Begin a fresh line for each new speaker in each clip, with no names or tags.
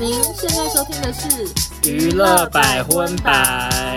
您现在收听的是《
娱乐百分百》。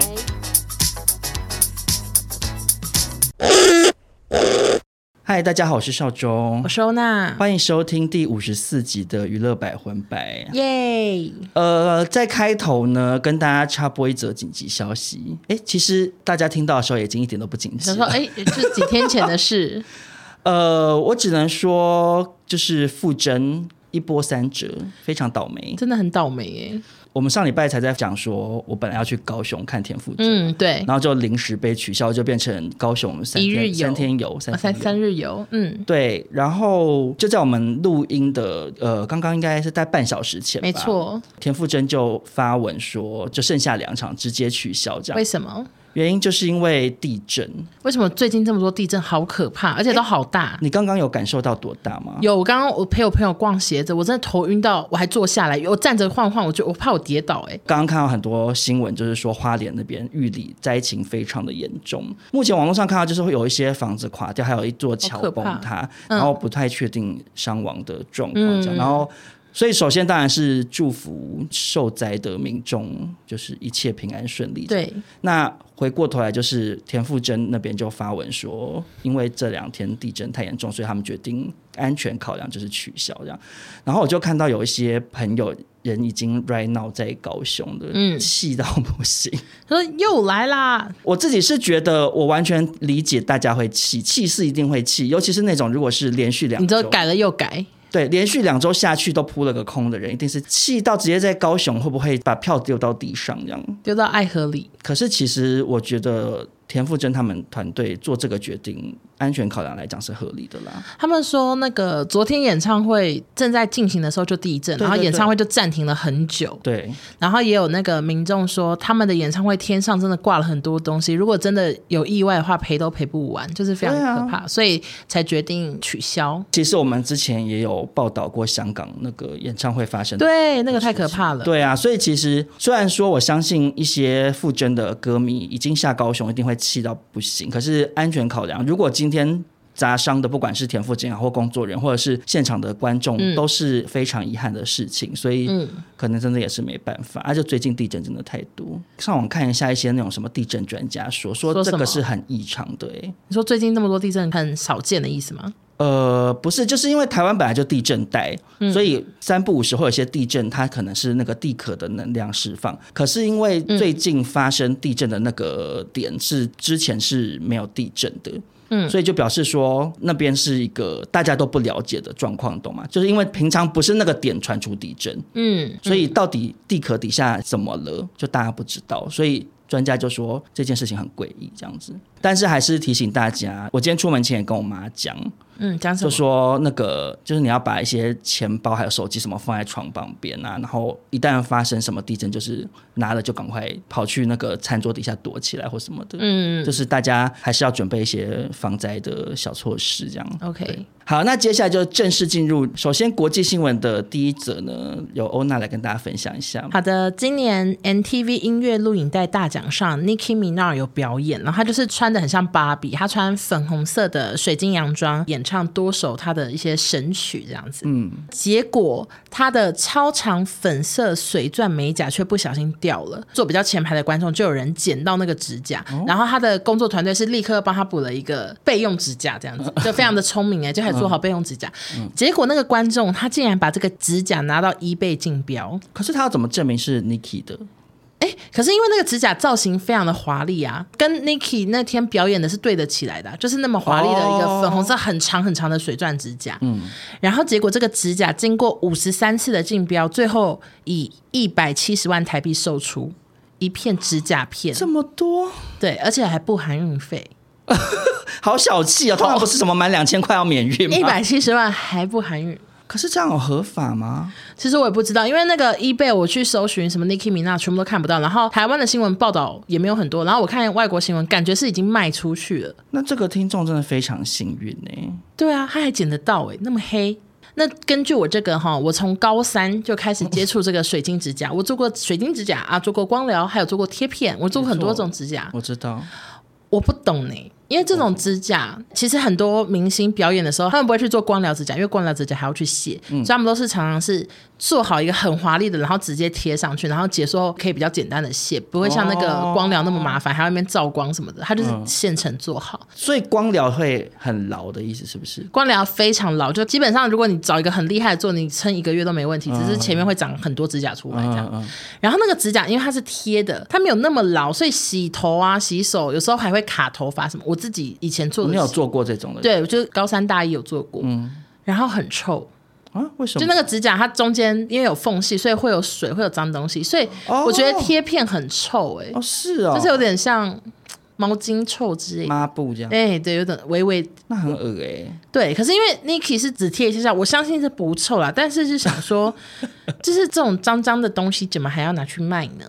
嗨，大家好，我是邵忠
我，收纳，
欢迎收听第五十四集的娱乐百分百。
耶！
呃，在开头呢，跟大家插播一则紧急消息。哎，其实大家听到的时候已经一点都不紧急
想说，
了。
哎，这几天前的事，
呃，我只能说，就是傅征一波三折，非常倒霉。
真的很倒霉耶。
我们上礼拜才在讲说，我本来要去高雄看田馥甄，
嗯，对，
然后就临时被取消，就变成高雄三
一日
天
游
三天游三
三
天游
三日游，嗯，
对，然后就在我们录音的呃，刚刚应该是在半小时前吧，
没，错。
田馥甄就发文说，就剩下两场直接取消这
为
样，
什么？
原因就是因为地震。
为什么最近这么多地震，好可怕，而且都好大。
你刚刚有感受到多大吗？
有，我刚刚我陪我朋友逛鞋子，我真的头晕到，我还坐下来，我站着晃晃，我就我怕我跌倒、哎，
刚刚看到很多新闻，就是说花莲那边玉里灾情非常的严重。目前网络上看到就是会有一些房子垮掉，还有一座桥
好可
崩
怕
塌，
嗯
然后不太确定伤亡的状况这样。然后，所以首先当然是祝福受灾的民众，就是一切平安顺利。，
对，
那回过头来就是田馥甄那边就发文说，因为这两天地震太严重，所以他们决定安全考量就是取消这样。然后我就看到有一些朋友人已经 right now 在高雄的，
嗯
气到不行。
他说又来啦，
我自己是觉得我完全理解大家会气，气是一定会气，尤其是那种如果是连续两
你知道
周
改了又改，
对连续两周下去都扑了个空的人，一定是气到直接在高雄会不会把票丢到地上这样。
丢到爱河里，
可是其实我觉得田馥甄他们团队做这个决定，安全考量来讲是合理的啦。
他们说那个昨天演唱会正在进行的时候就地震，
对
然后
对
演
对
唱会就暂停了很久。
对，
然后也有那个民众说，他们的演唱会天上真的挂了很多东西，如果真的有意外的话，赔都赔不完，就是非常
对啊
可怕，所以才决定取消。
其实我们之前也有报道过香港那个演唱会发生的。
对，那个太可怕了。
对啊，所以其实虽然说我相信一些傅征的歌迷已经下高雄，一定会气到不行，可是安全考量，如果今天砸伤的不管是田馥甄啊，或工作人员，或者是现场的观众，
嗯
都是非常遗憾的事情，所以可能真的也是没办法。而且最近地震真的太多，上网看一下一些那种什么地震专家说
说
说
什
这
么
个是很异常的、欸，
你说最近那么多地震很少见的意思吗？
呃，不是，就是因为台湾本来就地震带，所以三不五时会有一些地震，它可能是那个地壳的能量释放。可是因为最近发生地震的那个点是之前是没有地震的。嗯，所以就表示说那边是一个大家都不了解的状况，懂吗？就是因为平常不是那个点传出地震，
嗯，
所以到底地壳底下怎么了，就大家不知道，所以。专家就说这件事情很诡异，这样子，但是还是提醒大家，我今天出门前也跟我妈讲，
嗯，讲什
就
么？
说那个就是你要把一些钱包还有手机什么放在床旁边啊，然后一旦发生什么地震，就是拿了就赶快跑去那个餐桌底下躲起来或什么的。
嗯
就是大家还是要准备一些防灾的小措施，这样。
嗯，OK，
好，那接下来就正式进入。首先，国际新闻的第一则呢，由欧娜来跟大家分享一下。
好的，今年 NTV 音乐录影带大奖上，Nicki Minaj 有表演，然后她就是穿的很像芭比，她穿粉红色的水晶洋装，演唱多首她的一些神曲这样子。嗯，结果她的超长粉色水钻美甲却不小心掉了，坐比较前排的观众就有人捡到那个指甲，然后她的工作团队是立刻帮她补了一个备用指甲，这样子就非常的聪明哎、就还做好备用指甲。结果那个观众他竟然把这个指甲拿到 eBay 竞标。
可是他要怎么证明是 Niki 的？
哎，可是因为那个指甲造型非常的华丽啊，跟 Niki 那天表演的是对得起来的啊、就是那么华丽的一个粉红色很长很长的水钻指甲。嗯，然后结果这个指甲经过五十三次的竞标，最后以一百七十万台币售出一片指甲片，
这么多，
对，而且还不含运费，
好小气啊、通常不是什么满两千块要免运吗？
一百七十万还不含运。
可是这样有合法吗？
其实我也不知道，因为那个 eBay 我去搜寻什么 Nicki Minaj 全部都看不到，然后台湾的新闻报道也没有很多，然后我看外国新闻，感觉是已经卖出去了。
那这个听众真的非常幸运呢、
对啊，他还捡得到哎、那么黑。那根据我这个哈，我从高三就开始接触这个水晶指甲，我做过水晶指甲啊，做过光疗，还有做过贴片，我做过很多种指甲，
我知道，
我不懂呢、因为这种指甲，其实很多明星表演的时候，他们不会去做光疗指甲，因为光疗指甲还要去卸，所以他们都是常常是做好一个很华丽的，然后直接贴上去，然后结束后可以比较简单的卸，不会像那个光疗那么麻烦，还要那边照光什么的，它就是现成做好。
所以光疗会很牢的意思是不是？
光疗非常老，就基本上如果你找一个很厉害的做，你撑一个月都没问
嗯
题，只是前面会长很多指甲出来这样。然后那个指甲因为它是贴的，它没有那么牢，所以洗头啊、洗手有时候还会卡头发什么。我自己以前做的
哦你有
是，
做过这种的？
嗯
嗯
对，我就是高三大一有做过，然后很臭。
啊，为什
就
么？
那个指甲，它中间因为有缝隙，所以会有水，会有脏东西，所以
哦
我觉得贴片很臭、欸，
哦，是哦，
就是有点像毛巾臭之类的。
抹布这样，
哎、对，有点微微
那很恶哎。
对，可是因为 Niki 是只贴一下下，我相信是不臭啦，但是是想 说，就是这种脏脏的东西，怎么还要拿去卖呢？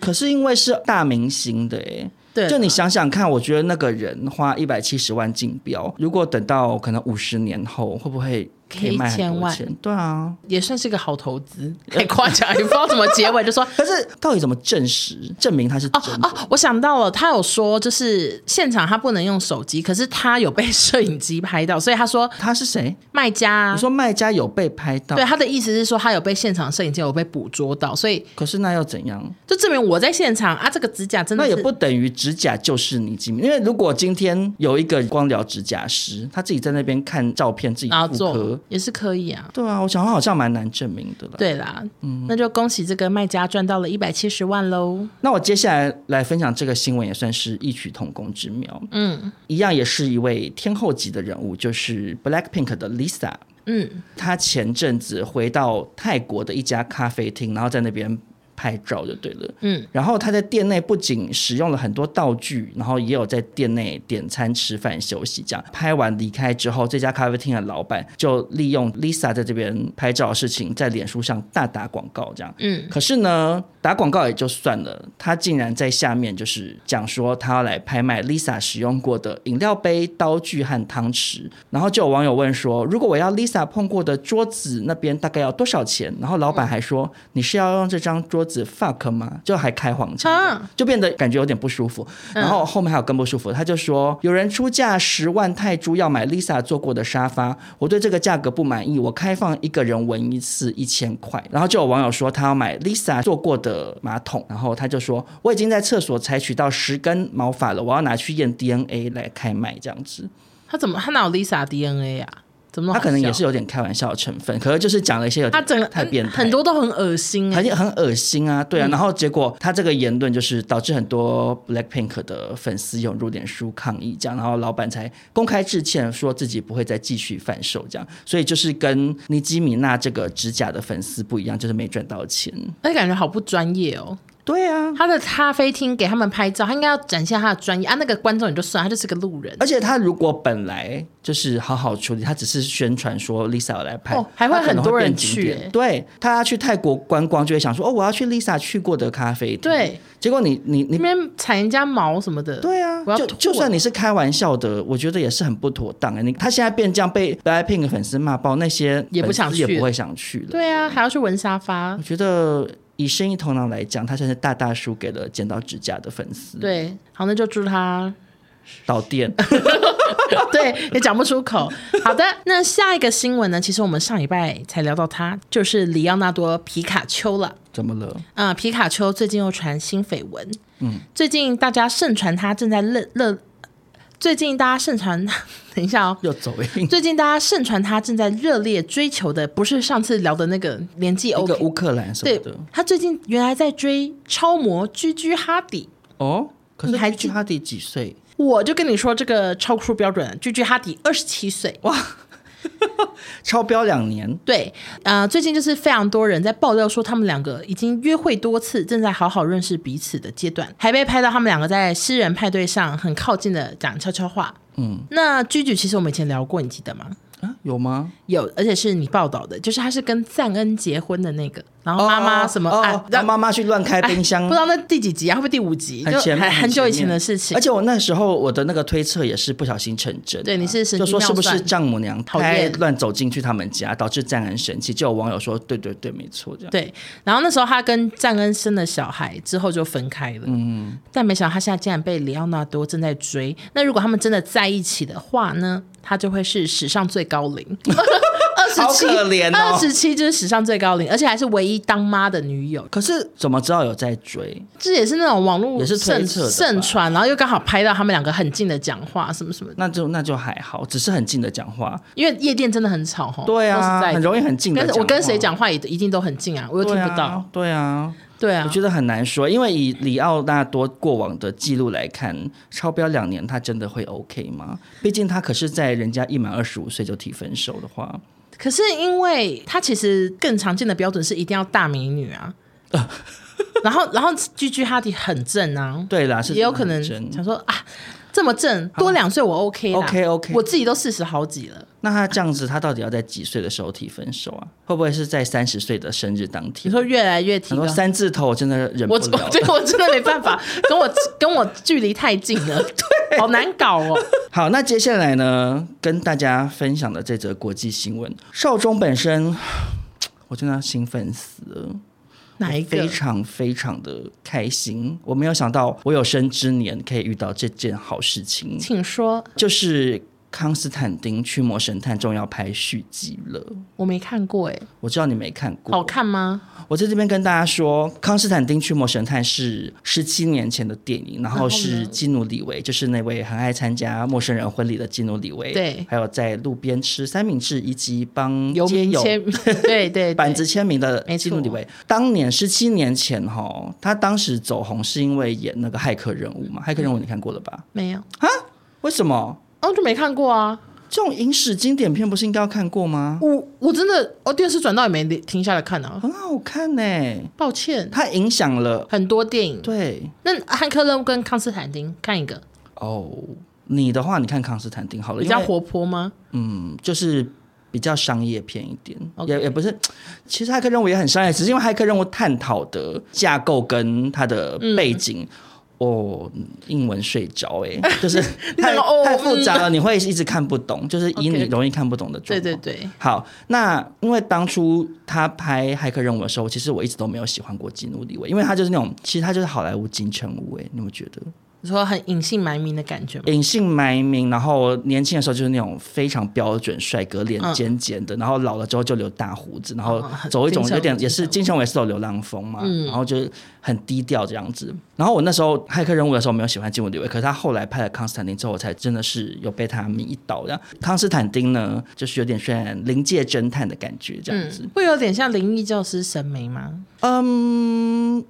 可是因为是大明星的哎。
对，
就你想想看，我觉得那个人花一百七十万竞标，如果等到可能五十年后，会不会可以卖很多
可以千
钱？对啊，
也算是个好投资， 太夸奖，也不知道怎么结尾，就 说
可是到底怎么证实证明他是真的？
哦，我想到了，他有说就是现场他不能用手机，可是他有被摄影机拍到，所以他说
他是谁？
卖家啊、
你说卖家有被拍到
对，他啊的意思是说他有被现场摄影机有被捕捉到，所以
可是那又怎样？
就证明我在现场啊，这个指甲真的
那
是
也不等于指甲就是你精明，因为如果今天有一个光疗指甲师，他自己在那边看照片，自己
然后
复
做
刻，
也是可以啊。
对啊，我想好像蛮难证明的了。，
对啦，
嗯
那就恭喜这个卖家赚到了一百七十万喽。
那我接下来来分享这个新闻，也算是异曲同工之妙。嗯，一样也是一位天后级的人物，就是 BLACKPINK 的 Lisa。
嗯，
她前阵子回到泰国的一家咖啡厅，然后在那边拍照就对了。
嗯，
然后她在店内不仅使用了很多道具，然后也有在店内点餐、吃饭、休息这样。拍完离开之后，这家咖啡厅的老板就利用 Lisa 在这边拍照的事情，在脸书上大打广告这样。
嗯，
可是呢，打广告也就算了，她竟然在下面就是讲说她要来拍卖 Lisa 使用过的饮料杯、刀具和汤匙。然后就有网友问说，如果我要 Lisa 碰过的桌子那边大概要多少钱？然后老板还说，你是要用这张桌子 fuck 吗？就还开黄腔。
啊，
就变得感觉有点不舒服。
嗯
然后后面还有更不舒服，他就说有人出价十万泰铢要买 Lisa 坐过的沙发，我对这个价格不满意，我开放一个人闻一次一千块。然后就有网友说他要买 Lisa 坐过的马桶，然后他就说我已经在厕所采取到十根毛发了，我要拿去验 DNA 来开卖这样子。
他怎么他哪有 Lisa DNA 啊？怎么那么
他
好
可能也
笑
是有点开玩笑的成分，可是就是讲了一些有
他
点
整个嗯
太变态了，
很多都很恶心哎、
很很恶心啊，对啊，
嗯
然后结果他这个言论就是导致很多 Blackpink 的粉丝涌入脸书抗议，这样，然后老板才公开致歉，说自己不会再继续贩售这样，所以就是跟尼基米娜这个指甲的粉丝不一样，就是没赚到钱。
而且感觉好不专业哦。
对啊，
他的咖啡厅给他们拍照，他应该要展现他的专业啊。那个观众也就算，他就是个路人
而且他如果本来就是好好处理，他只是宣传说 Lisa 要来拍，
哦还会
他可
很
能
多人
变景点
去欸
对，他去泰国观光就会想说，哦，我要去 Lisa 去过的咖啡厅。
对，
结果你你你
那边踩人家毛什么的。
对啊
我，要
就
吐
就
了
算你是开玩笑的，我觉得也是很不妥当的。你他现在变这样被 BLACKPINK 粉丝骂爆，那些
也不
粉丝
想去
也不
了
会想去了。
对啊，还要去闻沙发
我。觉得以生意头脑来讲，他真是大大输给了剪刀指甲的粉丝。，
对，好，那就祝他
导电
对，也讲不出口。好的，那下一个新闻呢？其实我们上礼拜才聊到它，就是里奥纳多皮卡丘了。
怎么了？
嗯、皮卡丘最近又传新绯闻。嗯，最近大家盛传他正在乐乐，最近大家盛传， 等一下哦。
又走音。
最近大家盛传他正在热烈追求的，不是上次聊的那个年纪
一个
OK，
乌克兰什么
对
的
他最近原来在追超模居居哈迪。
哦，可是
你还记
居他得几岁？
我就跟你说，这个超酷标准，居居哈迪二十七岁，
超标两年，
对，呃，最近就是非常多人在爆料说，他们两个已经约会多次，正在好好认识彼此的阶段，还被拍到他们两个在私人派对上很靠近的讲悄悄话。嗯，那居居其实我们以前聊过，你记得吗？
啊有吗？
有，而且是你报道的，就是他是跟赞恩结婚的那个，然后妈妈什么啊
哦
按
哦让妈妈去乱开冰箱
不知，道那第几集啊，会不会第五集？
很
就
前面
很很久以
前
前
面
的事情
而。且我那时候我的那个推测也是不小心成真啊。
对你是神
就
机
说
妙
是不是
算
丈母娘
讨
太
厌
乱走进去他们家，导致战恩生气？就有网友说，对对对，没错，这样。
对，然后那时候他跟赞恩生了小孩之后就分开了，嗯，但没想到他现在竟然被里奥纳多正在追。那如果他们真的在一起的话呢，他就会是史上最高龄，二
好
十七，
可怜哦
二十七就是史上最高龄，而且还是唯一当妈的女友。
可是怎么知道有在追？
这也是那种网络
也是推
盛
测的吧
盛传，然后又刚好拍到他们两个很近的讲话，什么什么的，
那就那就还好，只是很近的讲话。
因为夜店真的很吵哈，
对
都
啊
是，在
很容易很近的
跟
讲话。
我跟谁讲话也一定都很近啊，我又听
对啊？
不到，
对啊，
对啊，
我觉得很难说，因为以里奥纳多过往的记录来看，超标两年他真的会 OK 吗？毕竟他可是在人家一满二十五岁就提分手的话，
可是因为他其实更常见的标准是一定要大美女 啊，然后然后居居哈迪很正啊，
对啦，是
也有可能
真的很
想
真。
说啊，这么正多两岁我 OK 啦
OK，OK
我自己都四十好几了。
那他这样子，他到底要在几岁的时候提分手啊？会不会是在三十岁的生日当
你
天？
说越来越提
很
高
多，三字头，我真的忍不
我
了
我
了。
对我真的没办 法，跟我跟我距离太近了，对，好难搞 哦。
好，那接下来呢，跟大家分享的这则国际新闻，少中本身，我真的要兴奋死了。
哪一个
非？常非常的开心，我没有想到我有生之年可以遇到这件好事情，
请说，
就是康斯坦丁驱魔神探终于要拍续集了。
我没看过哎，
我知道你没看过，
好看吗？
我在这边跟大家说，《康斯坦丁驱魔神探》是十七年前的电影，然后
然后
是
呢
基努里维，就是那位很爱参加陌生人婚礼的基努里维，
对
还有在路边吃三明治以及帮
游
街
民
友
签，对对 对，
板子签名的
没错
基努里维，当年十七年前哈，他当时走红是因为演那个骇客任务嘛，骇客任务你看过了吧？
没有，
为什么
哦，就没看过啊。
这种影史经典片不是应该要看过吗？
我我真的哦，电视转到也没停下来看啊，
很好看呢、
抱歉，
它影响了
很多电影。
对
那汉克任务跟康斯坦丁看一个，
哦。你的话，你看康斯坦丁好了，
比
因为
较活泼吗？
嗯，就是比较商业片一点
OK
也也不是。其实骇客任务也很商业，只是因为骇客任务探讨的架构跟它的
嗯
背景。哦，英文睡 着哎、就是太、
怎么哦
太复杂了，你会一直看不懂，就是以你
OK
容易看不懂的状
对
况。
对对，
好，那因为当初他拍《骇客任务》的时候，其实我一直都没有喜欢过基努里维，因为他就是那种，其实他就是好莱坞金城武哎、你有没有觉得？
你说很隐姓埋名的感觉吗？
隐姓埋名，然后年轻的时候就是那种非常标准帅哥，脸尖尖的，然后老了之后就留大胡子，然后走一种
金城武
有点也
金城
是
武
金城武也是走流浪风嘛，然后就是很低调这样子。然后我那时候骇客任务的时候没有喜欢金文李维，可是他后来拍了康斯坦丁之后，我才真的是有被他迷倒。然后康斯坦丁呢，就是有点像临界侦探的感觉这样子。
会有点像灵异教师审美吗？
嗯，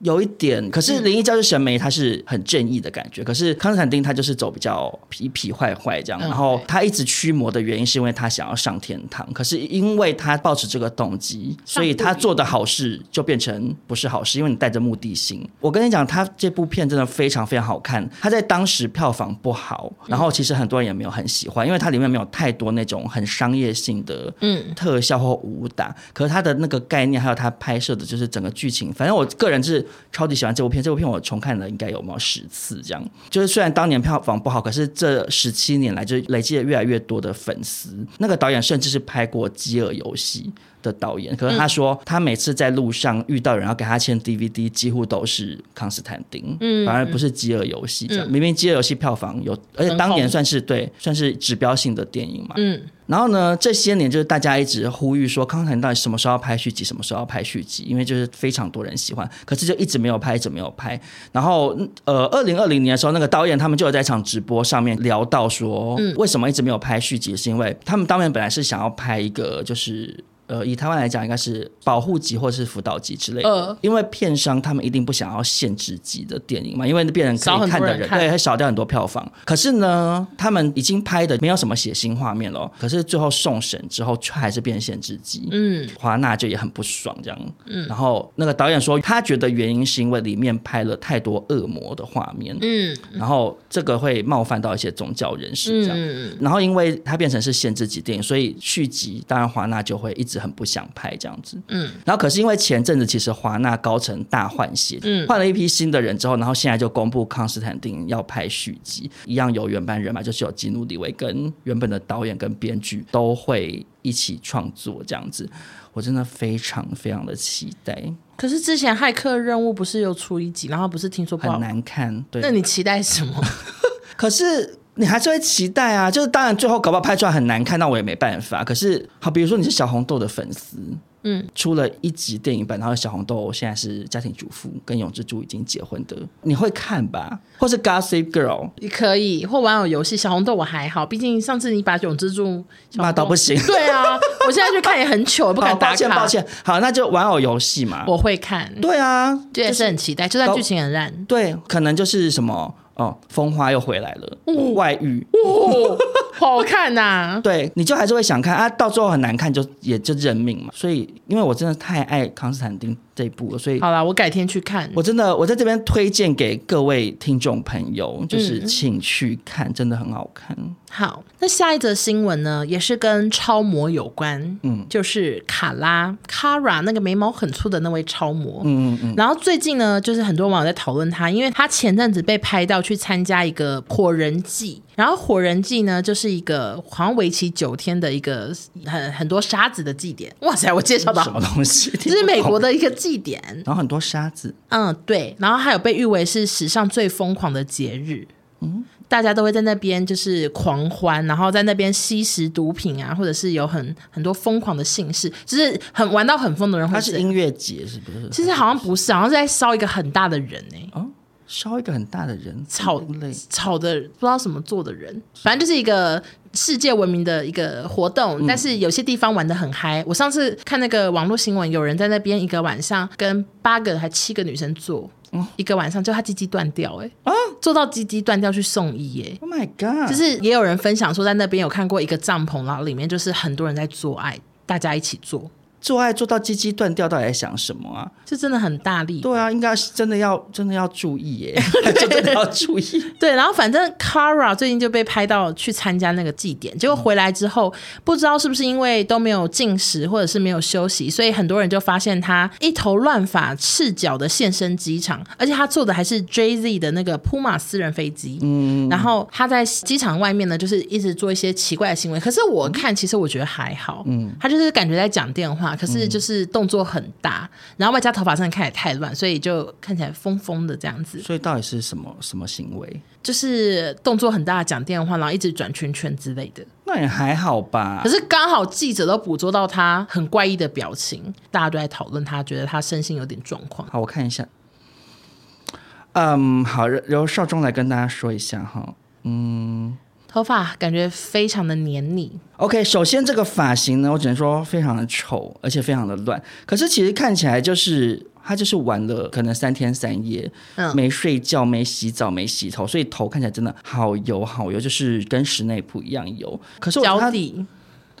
有一点。可是《灵异教师》神眉他是很正义的感觉，可是康斯坦丁他就是走比较痞痞坏坏这样。
嗯
然后他一直驱魔的原因是因为他想要上天堂，可是因为他抱持这个动机，所以他做的好事就变成不是好事，因为你带着目的性。我跟你讲，他这部片真的非常非常好看。他在当时票房不好，然后其实很多人也没有很喜欢，因为它里面没有太多那种很商业性的
嗯，
特效或武打，可是它的那个概念，还有它拍摄的，就是整个剧情，反正我个人是超级喜欢这部片。这部片我重看了应该有没有十次这样。就是虽然当年票房不好，可是这十七年来就累积了越来越多的粉丝。那个导演甚至是拍过《饥饿游戏》的导演，可是他说、他每次在路上遇到人要给他签 DVD，几乎都是康斯坦丁，嗯，反而不是《饥饿游戏》这样。明明《饥饿游戏》票房有，而且当
很
年
红
算是对算是指标性的电影嘛，
嗯，
然后呢，这些年就是大家一直呼吁说，康斯坦丁到底什么时候要拍续集，什么时候要拍续集，因为就是非常多人喜欢，可是就一直没有拍，一直没有拍。然后嗯呃，二零二零年的时候，那个导演他们就有在一场直播上面聊到说，为什么一直没有拍续集，是因为他们当年本来是想要拍一个就是。呃，以台湾来讲，应该是保护级或是辅导级之类的，
呃
因为片商他们一定不想要限制级的电影嘛，因为那变成
少
可
很
以看
多
的
人看
对，会少掉很多票房。可是呢，他们已经拍的没有什么血腥画面了，可是最后送审之后，却还是变限制级。
嗯，
华纳就也很不爽这样，然后那个导演说，他觉得原因是因为里面拍了太多恶魔的画面，
嗯
然后这个会冒犯到一些宗教人士这样。
嗯，
然后因为它变成是限制级电影，所以续集当然华纳就会一直很不想拍这样子。
嗯，
然后可是因为前阵子其实华纳高层大换血，
嗯
换了一批新的人之后，然后现在就公布康斯坦丁要拍续集，一样有原班人马，就是有基努里维跟原本的导演跟编剧都会一起创作这样子。我真的非常非常的期待，
可是之前骇客任务不是有出一集，然后不是听说不好
很，难看。对，
那你期待什 么？
可是你还是会期待啊，就是当然最后搞不好拍出来很难看，那我也没办法。可是好，比如说你是小红豆的粉丝，
嗯，
出了一集电影版，然后小红豆现在是家庭主妇，跟永之助已经结婚的，你会看吧？或是 Gossip Girl
也可以，或玩偶游戏。小红豆我还好，毕竟上次你把永之 助小红豆
骂到不行
对啊，我现在去看也很糗，不
哦
敢打卡。
抱歉抱，歉，好，那就玩偶游戏嘛。
我会看，
啊对啊，
这也是很期待，就算
高
剧情很烂。
对，可能就是什么哦，风花又回来了，
嗯
外遇，
哦，好看呐、
对，你就还是会想看啊，到最后很难看就也就认命嘛。所以，因为我真的太爱康斯坦丁这一部了，所以
好啦，我改天去看。
我真的，我在这边推荐给各位听众朋友，
嗯
就是请去看，真的很好看。
好，那下一则新闻呢，也是跟超模有关，嗯，就是卡拉 Kara 那个眉毛很粗的那位超模，
嗯嗯嗯，
然后最近呢，就是很多网友在讨论他，因为他前阵子被拍到去参加一个火人祭，然后火人祭呢，就是一个好像为期九天的一个很很多沙子的祭典。哇塞，我介绍的
什
好
么，东西？
这是美国
的，
的一个祭 典，
然后很多沙子，
嗯，对，然后还有被誉为是史上最疯狂的节日。大家都会在那边就是狂欢，然后在那边吸食毒品啊，或者是有很很多疯狂的姓氏，就是很玩到很疯的人会
它
这
是
样。
音乐节是不是？
其实好像不是，好像是在烧一个很大的人呢、欸
哦，烧一个很大的人，
炒
另类，
炒的不知道什么做的人，反正就是一个世界闻名的一个活动，但是有些地方玩的很嗨。我上次看那个网络新闻，有人在那边一个晚上跟八个还七个女生做。一个晚上就他鸡鸡断掉、欸，哎、做到鸡鸡断掉去送医、欸，
Oh my god！
就是也有人分享说在那边有看过一个帐篷，然后里面就是很多人在做爱，大家一起做，
做爱做到鸡鸡断掉，到底在想什么啊？
这真的很大力。
对啊，应该是真的要真的要注意 耶，就真的要注意。
对，然后反正 Kara 最近就被拍到去参加那个祭典，结果回来之后，不知道是不是因为都没有进食或者是没有休息，所以很多人就发现他一头乱发、赤脚的现身机场，而且他坐的还是 Jay Z 的那个 Puma 私人飞机。嗯，然后他在机场外面呢，就是一直做一些奇怪的行为。可是我看，其实我觉得还好。嗯，他就是感觉在讲电话，可是就是动作很大，然后外加头发真的看起来太乱，所以就看起来疯疯的这样子。
所以到底是什么什么行为？
就是动作很大，讲电话，然后一直转圈圈之类的。
那也还好吧
可。是刚好记者都捕捉到他很怪异的表情，大家都在讨论他，觉得他身心有点状况。
好，我看一下。嗯，好，由由少中来跟大家说一下哈。
头发感觉非常的黏腻，
OK，首先这个发型呢，我只能说非常的丑，而且非常的乱。可是其实看起来就是他就是玩了可能三天三夜，
嗯
没睡觉、没洗澡、没洗头，所以头看起来真的好油好油，就是跟室内普一样油。可是我觉
脚
得他
底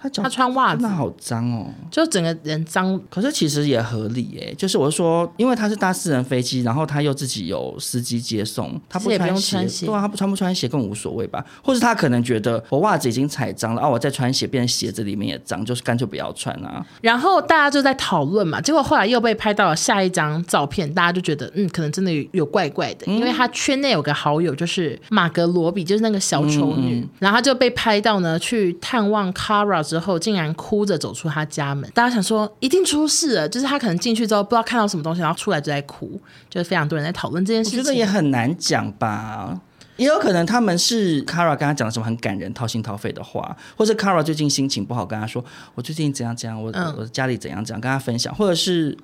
他脚
他穿袜
真
子
的，好脏哦。
就整个人脏。
可是其实也合理耶、就是我说，因为他是搭私人飞机，然后他又自己有司机接送，他
其实也不
穿
用
鞋，
穿鞋
对啊，他不穿不穿鞋更无所谓吧？或是他可能觉得我袜子已经踩脏了，啊，我再穿鞋，变成鞋子里面也脏，就是干脆不要穿啊。
然后大家就在讨论嘛，结果后来又被拍到了下一张照片，大家就觉得嗯，可能真的有有怪怪的，
嗯
因为他圈内有个好友就是马格罗比，就是那个小丑
嗯
女，然后她就被拍到呢去探望 Kara 之后，竟然哭着走出她家门，大家想说一定出事了，就是她可能进去之后不知道看到什么东西，然后出来就在哭，就是非常多人在讨论这件
我
事
觉得也
情。
很难讲吧。也有可能他们是 Kara 跟他讲了什么很感人、掏心掏肺的话，或者 Kara 最近心情不好，跟他说我最近怎样怎样，我、
嗯
我家里怎样怎样，跟他分享，或者是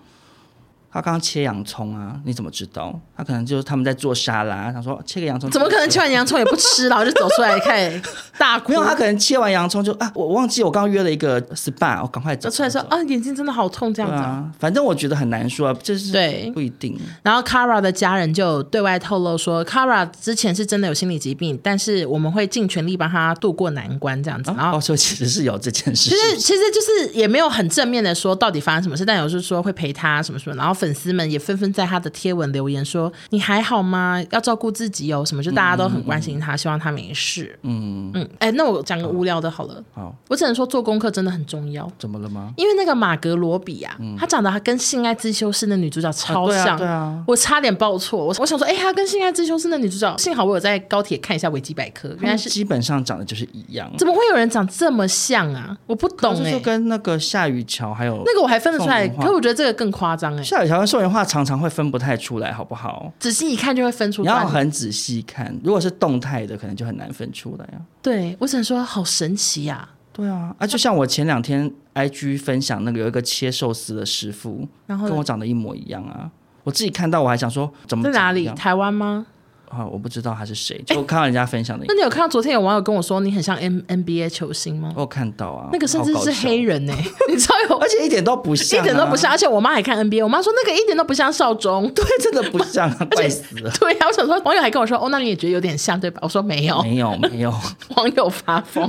他刚刚切洋葱啊，你怎么知道？他可能就是他们在做沙拉，他说切个洋葱，
怎么可能切完洋葱也不吃，然后就走出来看？大哭，
没有，他可能切完洋葱就啊，我忘记我刚刚约了一个 SPA，我赶快走。
就出来说
赶快走
啊，眼睛真的好痛这样
对
子啊、
啊，反正我觉得很难说啊，就是
对
不一定。
然后 Kara 的家人就对外透露说，Kara 之前是真的有心理疾病，但是我们会尽全力帮他渡过难关这样子。然
啊，
后
哦，所以其实是有这件
其
事情。
实其实就是也没有很正面的说到底发生什么事，但有是说会陪他什么什么。然后粉丝们也纷纷在他的贴文留言说：“你还好吗？要照顾自己哦。”什么就大家都很关心他，希望他没事。
嗯，
嗯，哎，那我讲个无聊的好了，
好，
我只能说做功课真的很重要。
怎么了吗？
因为那个马格罗比啊，
嗯
她长得还跟《性爱自修室》的女主角超
对啊
像，
对啊
我差点报错，我我想说，哎、她跟《性爱自修室》的女主角，幸好我有在高铁看一下维基百科，原来是
基本上长得就是一样，
怎么会有人长这么像啊？我不懂
就
哎、
是跟那个夏雨乔还有
那个我还分得出来，
宋元化啊
可我觉得这个更夸张哎，
夏雨乔跟宋元化常常会分不太出来，好不好？
仔细一看就会分出
你要
端倪。
很仔细看，如果是动态的，可能就很难分出来啊。
对我只能说好神奇呀、
对啊，啊，就像我前两天 IG 分享那个有一个切寿司的师傅，
然后
跟
呢
我长得一模一样啊。我自己看到我还想说怎么
在哎哪
长得一
里？
样
台湾吗？
啊？我不知道他是谁，就看到人家分享的影
那
片，
你有看到昨天有网友跟我说你很像 N NBA 球星吗？
我有看到啊，
那个甚至
好搞
是
笑
黑，人哎、 你知道有
而且一点都不像、 啊
一点都不像，，而且我妈还看 NBA，我妈说那个一点都不像少中。
对，真的不像啊，怪死了。
对呀、我想说，网友还跟我说，哦，那你也觉得有点像对吧？我说没有，
没有没有，
网友发疯。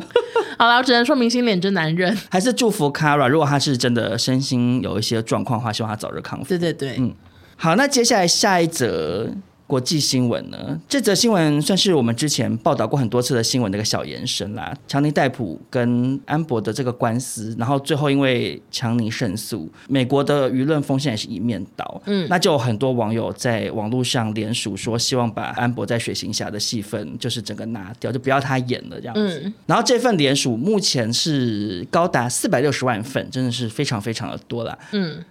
好了，我只能说明星脸真难认。
还是祝福 Kara，如果他是真的身心有一些状况的话，希望他早日康复。
对对对，
好，那接下来下一则国际新闻呢？这则新闻算是我们之前报道过很多次的新闻的一个小延伸啦。强尼戴普跟安博的这个官司，然后最后因为强尼胜诉，美国的舆论风向也是一面倒。嗯，那就有很多网友在网络上联署说，希望把安博在水行侠的戏份就是整个拿掉，就不要他演了这样子。嗯然后这份联署目前是高达四百六十万份，真的是非常非常的多啦。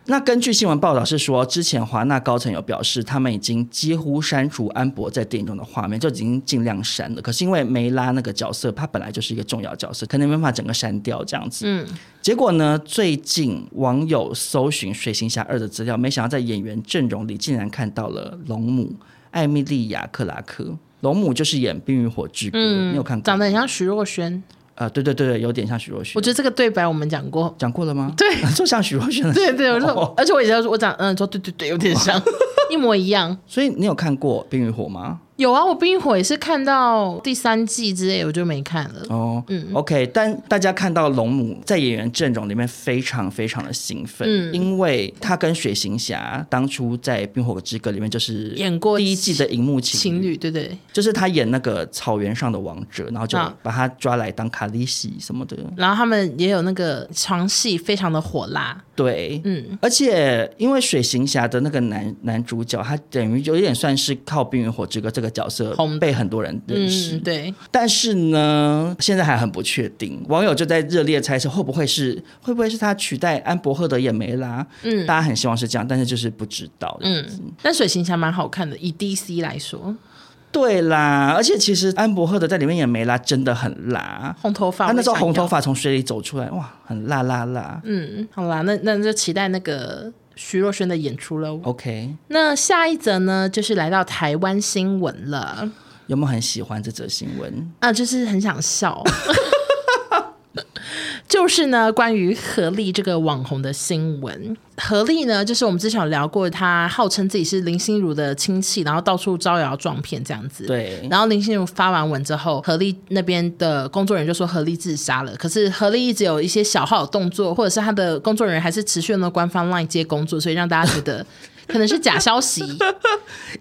那根据新闻报道是说，之前华纳高层有表示，他们已经几乎删除安博在电影中的画面，就已经尽量删了。可是因为梅拉那个角色，她本来就是一个重要角色，可能没办法整个删掉这样子。嗯，结果呢，最近网友搜寻《水行侠二》的资料，没想到在演员阵容里竟然看到了龙母艾米莉亚·克拉克。龙母就是演《冰与火之歌》，
嗯
嗯你有看过？
长得很像徐若瑄，
呃，对对对对，有点像许若瑄。
我觉得这个对白我们讲 过。
讲过了吗？
对，
就像许 若瑄的。
对对，我说，
哦
而且我以前说我长嗯说对对对，有点 像，一模一样。
所以你有看过《冰与火》吗？
有啊，我《冰与火》也是看到第三季之类，我就没看了。
哦，嗯，OK，但大家看到龙母在演员阵容里面非常非常的兴奋，
嗯
因为她跟水行侠当初在《冰火之歌》里面就是
演过
第一季的荧幕情
情侣，对对，
就是她演那个草原上的王者，然后就
啊
把她抓来当卡利西什么的，
然后他们也有那个床戏，非常的火辣。
对，
嗯，
而且因为水行侠的那个男男主角，他等于有点算是靠《冰与火之歌》这个角色
红
被很多人认识，
嗯，对，
但是呢，现在还很不确定，网友就在热烈猜测会不会是会不会是他取代安博赫德也没啦。嗯，大家很希望是这样，但是就是不知道。嗯，
嗯，但水行侠蛮好看的，以 DC 来说，
对啦，而且其实安博赫德在里面也没啦，真的很辣。
红头发，
啊他那时候
我想
红头
要
发从水里走出来，哇，很辣辣辣。
嗯，好啦，那那就期待那个徐若瑄的演出喽。
OK，
那下一则呢，就是来到台湾新闻了，
有没有很喜欢这则新闻？
啊，就是很想笑。 就是呢，关于何丽这个网红的新闻。何丽呢，就是我们之前有聊过，她号称自己是林心如的亲戚，然后到处招摇撞骗这样子。
对，
然后林心如发完文之后，何丽那边的工作人员就说何丽自杀了。可是何丽一直有一些小号的动作，或者是她的工作人员还是持续用的官方 LINE 接工作，所以让大家觉得可能是假消 息。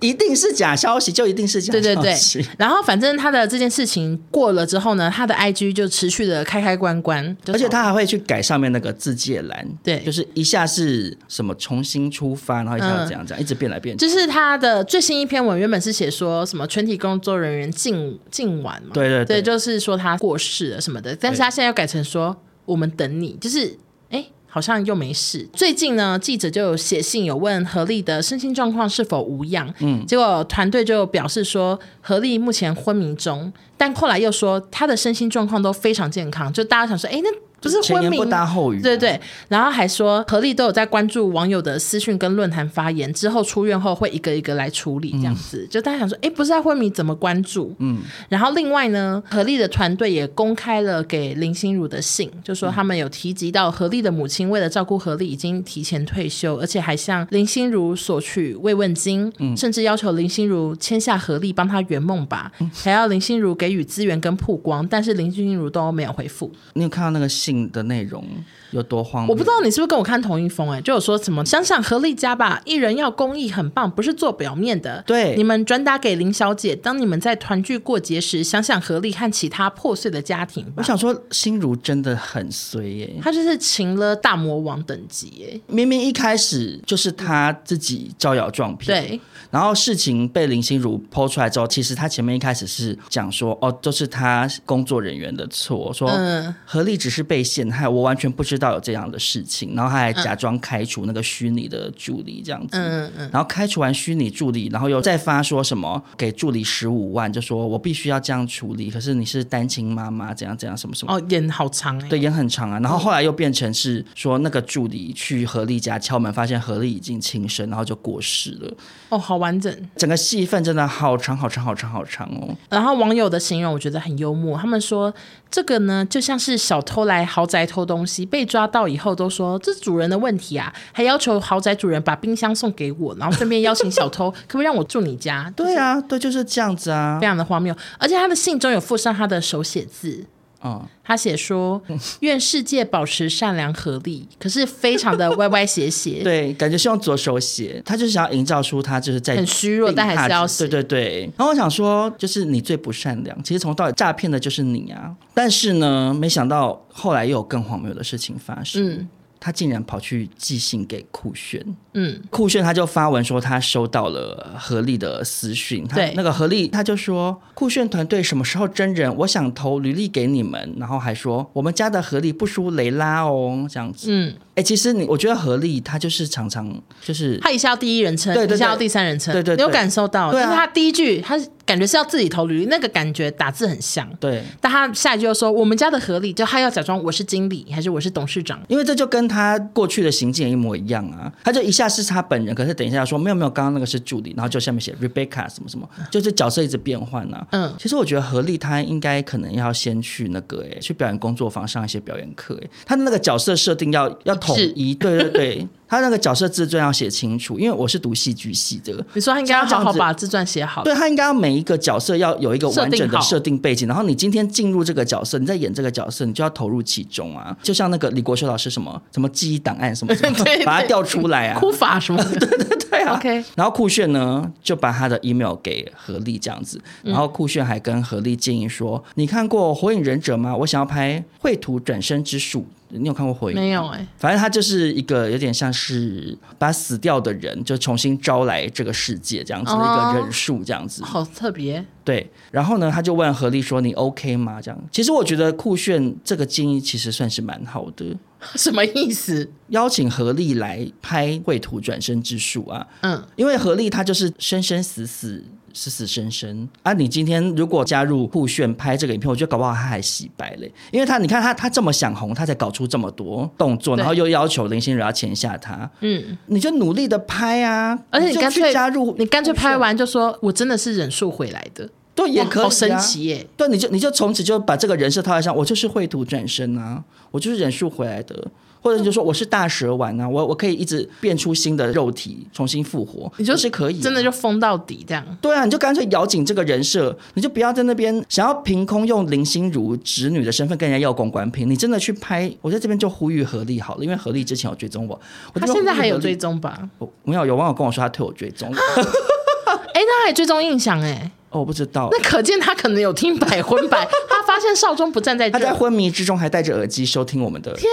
一定是假消息，就一定是假消
对
息。
对对。然后反正她的这件事情过了之后呢，她的 IG 就持续的开开关关，就
而且他还会去改上面那个字界栏，
对
就是一下是什么重新出发，然后一下
嗯
怎样怎样，一直变来变去。
就是她的最新一篇文原本是写说什么全体工作人员尽尽晚嘛，
对对
对，
对，
就是说他过世了什么的，但是他现在要改成说我们等你，就是哎。好像又没事。最近呢，记者就有写信有问何丽的身心状况是否无恙，嗯，结果团队就表示说何丽目前昏迷中，但后来又说他的身心状况都非常健康，就大家想说，哎，那不是
前
昏
言
迷
不搭后语、啊
对对，然后还说何丽都有在关注网友的私讯跟论坛发言，之后出院后会一个一个来处理，这样子、就大家想说，哎，不是在昏迷怎么关注？嗯，然后另外呢，何丽的团队也公开了给林心如的信，就说他们有提及到何丽的母亲为了照顾何丽已经提前退休，而且还向林心如索取慰问金，甚至要求林心如签下何丽帮她圆梦吧，还要林心如给予资源跟曝光，但是林心如都没有回复。
你有看到那个信的内容有多荒
我
谬？
不知道你是不是跟我看同一封哎、就有说什么想想何丽家吧，艺人要公益很棒，不是做表面的。
对
你们转达给林小姐，当你们在团聚过节时，想想何丽和其他破碎的家庭
我
吧。
想说，心如真的很衰耶、
她就是擒了大魔王等级哎耶、
明明一开始就是他自己招摇撞骗，。
对，
然后事情被林心如剖出来之后，其实他前面一开始是讲说，哦，都是他工作人员的错，说
嗯
何丽只是被陷害，我完全不知道有这样的事情。然后他还假装开除那个虚拟的助理这样子，
嗯嗯，
然后开除完虚拟助理，然后又再发说什么给助理十五万，就说我必须要这样处理，可是你是单亲妈妈，怎样怎样什么什么。
哦，演好长哎、
对，演很长啊，然后后来又变成是说那个助理去何丽家敲门，发现何丽已经轻生，然后就过世了。
哦，好完整。
整个戏份真的好长好长好长好长哦。
然后网友的形容我觉得很幽默，他们说这个呢就像是小偷来豪宅偷东西，被抓到以后都说这是主人的问题啊，还要求豪宅主人把冰箱送给我，然后顺便邀请小偷可不可以让我住你家？
对啊，对，就是这样子啊
非。常的荒谬。而且他的信中有附上他的手写字，
嗯，
他写说愿世界保持善良合力，可是非常的歪歪斜斜。
对，感觉是用左手写，他就是想要营造出他就是在
很虚弱
病
但还是
榻之
要写
对对对。然后我想说，就是你最不善良，其实从到底诈骗的就是你啊。但是呢，没想到后来又有更荒谬的事情发生。
嗯
他竟然跑去寄信给酷炫，
嗯，
酷炫他就发文说他收到了何丽的私讯，他
对
那个何丽他就说酷炫团队什么时候真人，我想投履历给你们，然后还说我们家的何丽不输雷拉哦，这样子。
嗯，
哎、其实你我觉得何丽她就是常常就是
他一下要第一人称，
对对对
一下要第三人称，
对对对
你有感受到？
对啊
就是他第一句，他感觉是要自己投履历，那个感觉打字很像。
对，
但他下一句又说我们家的合理，就他要假装我是经理还是我是董事长，
因为这就跟他过去的行径一模一样啊，他就一下是他本人，可是等一下说没有没有，刚刚那个是助理，然后就下面写 Rebecca 什么什么，就是角色一直变换啊。
嗯
嗯，其实我觉得何丽她应该可能要先去那个诶、去表演工作坊上一些表演课诶、哎她的那个角色设定要要统一，对对对，她那个角色自传要写清楚，因为我是读戏剧系的。
你说他应该要好
像这
好
样子
把自传写好，
对他应该要每一个角色要有一个完整
设定
的
好
设定背景，然后你今天进入这个角色，你在演这个角色，你就要投入其中啊。就像那个李国修老师什么什么记忆档案什么什么
嗯 对对，
把它调出来啊。
哭法什么的，
对啊
OK
然后酷炫呢就把他的 email 给何丽这样子，
嗯
然后酷炫还跟何丽建议说：“你看过《火影忍者》吗？我想要拍绘图转身之术。”你有看过《火影》？
没有哎、
反正他就是一个有点像是把死掉的人就重新招来这个世界这样子的
哦
一个忍术这样子。
好特别，
对，然后呢，他就问何丽说：“你 OK 吗？”这样，其实我觉得酷炫这个建议其实算是蛮好的，
什么意思？
邀请何丽来拍绘图转身之术啊，
嗯，
因为何丽她就是生生死死。死死生生啊！你今天如果加入酷炫拍这个影片，我觉得搞不好他还洗白嘞，因为他你看他他这么想红，他才搞出这么多动作，
对
然后又要求林心如要签下他，
嗯，
你就努力的拍啊！
而且你
就
干
去
脆
加入，
你干脆拍完就说我真的是忍术回来的，
对也可以、啊，
好神奇耶、
对，你就你就从此就把这个人设套在上，我就是绘图转身啊，我就是忍术回来的，或者你就说我是大蛇丸啊，我我可以一直变出新的肉体，重新复活，
你就
我是可以啊、
真的就疯到底这样。
对啊，你就干脆咬紧这个人设，你就不要在那边想要凭空用林心如侄女的身份跟人家要公关品，你真的去拍，我在这边就呼吁何丽好了，因为何丽之前有追踪我，我
他
这边
现在还有
呼吁何
追
丽，
踪吧？
我没有有网友跟我说他退我 追踪，
哎、那他还追踪印象哎、
哦，我不知道
那。可见他可能有听百分百，他发现少中不站在
他在
这，
昏迷之中还戴着耳机收听我们的天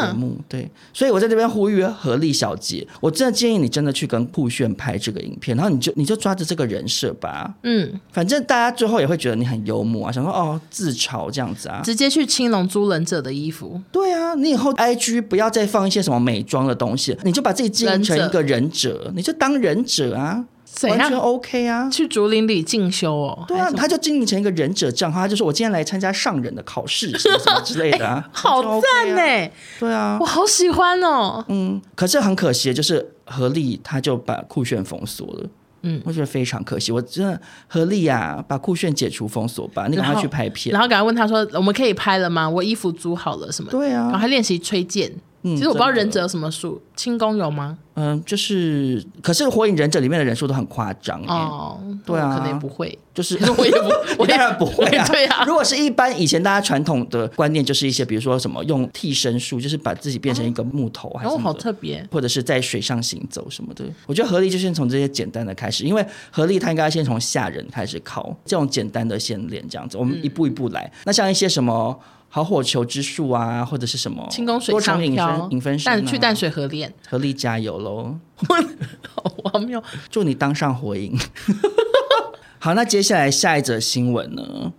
呐节目，对，所以我在这边呼吁何丽小姐，我真的建议你真的去跟酷炫拍这个影片，然后你就你就抓着这个人设吧，
嗯，
反正大家最后也会觉得你很幽默啊，想说哦自嘲这样子啊，
直接去青龙租忍者的衣服，
对啊，你以后 IG 不要再放一些什么美妆的东西，你就把自己经营成一个忍者，你就当忍者啊。
怎
完全
样
OK 啊。
去竹林里进修哦？
对
还
啊，
是什么
他就经营成一个忍者账号，他就说我今天来参加上忍的考试什么什么之类的 啊，完全
哎好
OK 啊
赞欸呢！
对啊
我，好喜欢哦。
嗯，可是很可惜，就是何力他就把酷炫封锁了。
嗯
嗯，我觉得非常可惜。我真的何力呀、把酷炫解除封锁吧，你赶
然
快
后
去拍片
然。后赶快问他说：“我们可以拍了吗？我衣服租好了什么的？”
对
然后
啊，
还练习吹剑。其
嗯
实我不知道
真的
忍者有什么术，轻功有吗？
嗯，就是，可是《火影忍者》里面的人数都很夸张、欸，
哦，
对啊
我可能也不 会。
就是
可是 我也不我
我
也
当然不会啊。
对啊
如果是一般以前大家传统的观念，就是一些比如说什么用替身术，就是把自己变成一个木头
然
还是
后
什
哦
么
好
哦的
特别，
或者是在水上行走什么的。我觉得合力就先从这些简单的开始，因为合力它应该先从吓人开始考，这种简单的先练这样子，我
嗯
们一步一步来。那像一些什么好火球之术啊，或者是什么
轻功水
多
上
重影
漂
分，影分身、啊，
但去淡水河练， 哦
合力加油喽！
好荒谬。
祝你当上火影。 好，那接下来下一则新闻呢？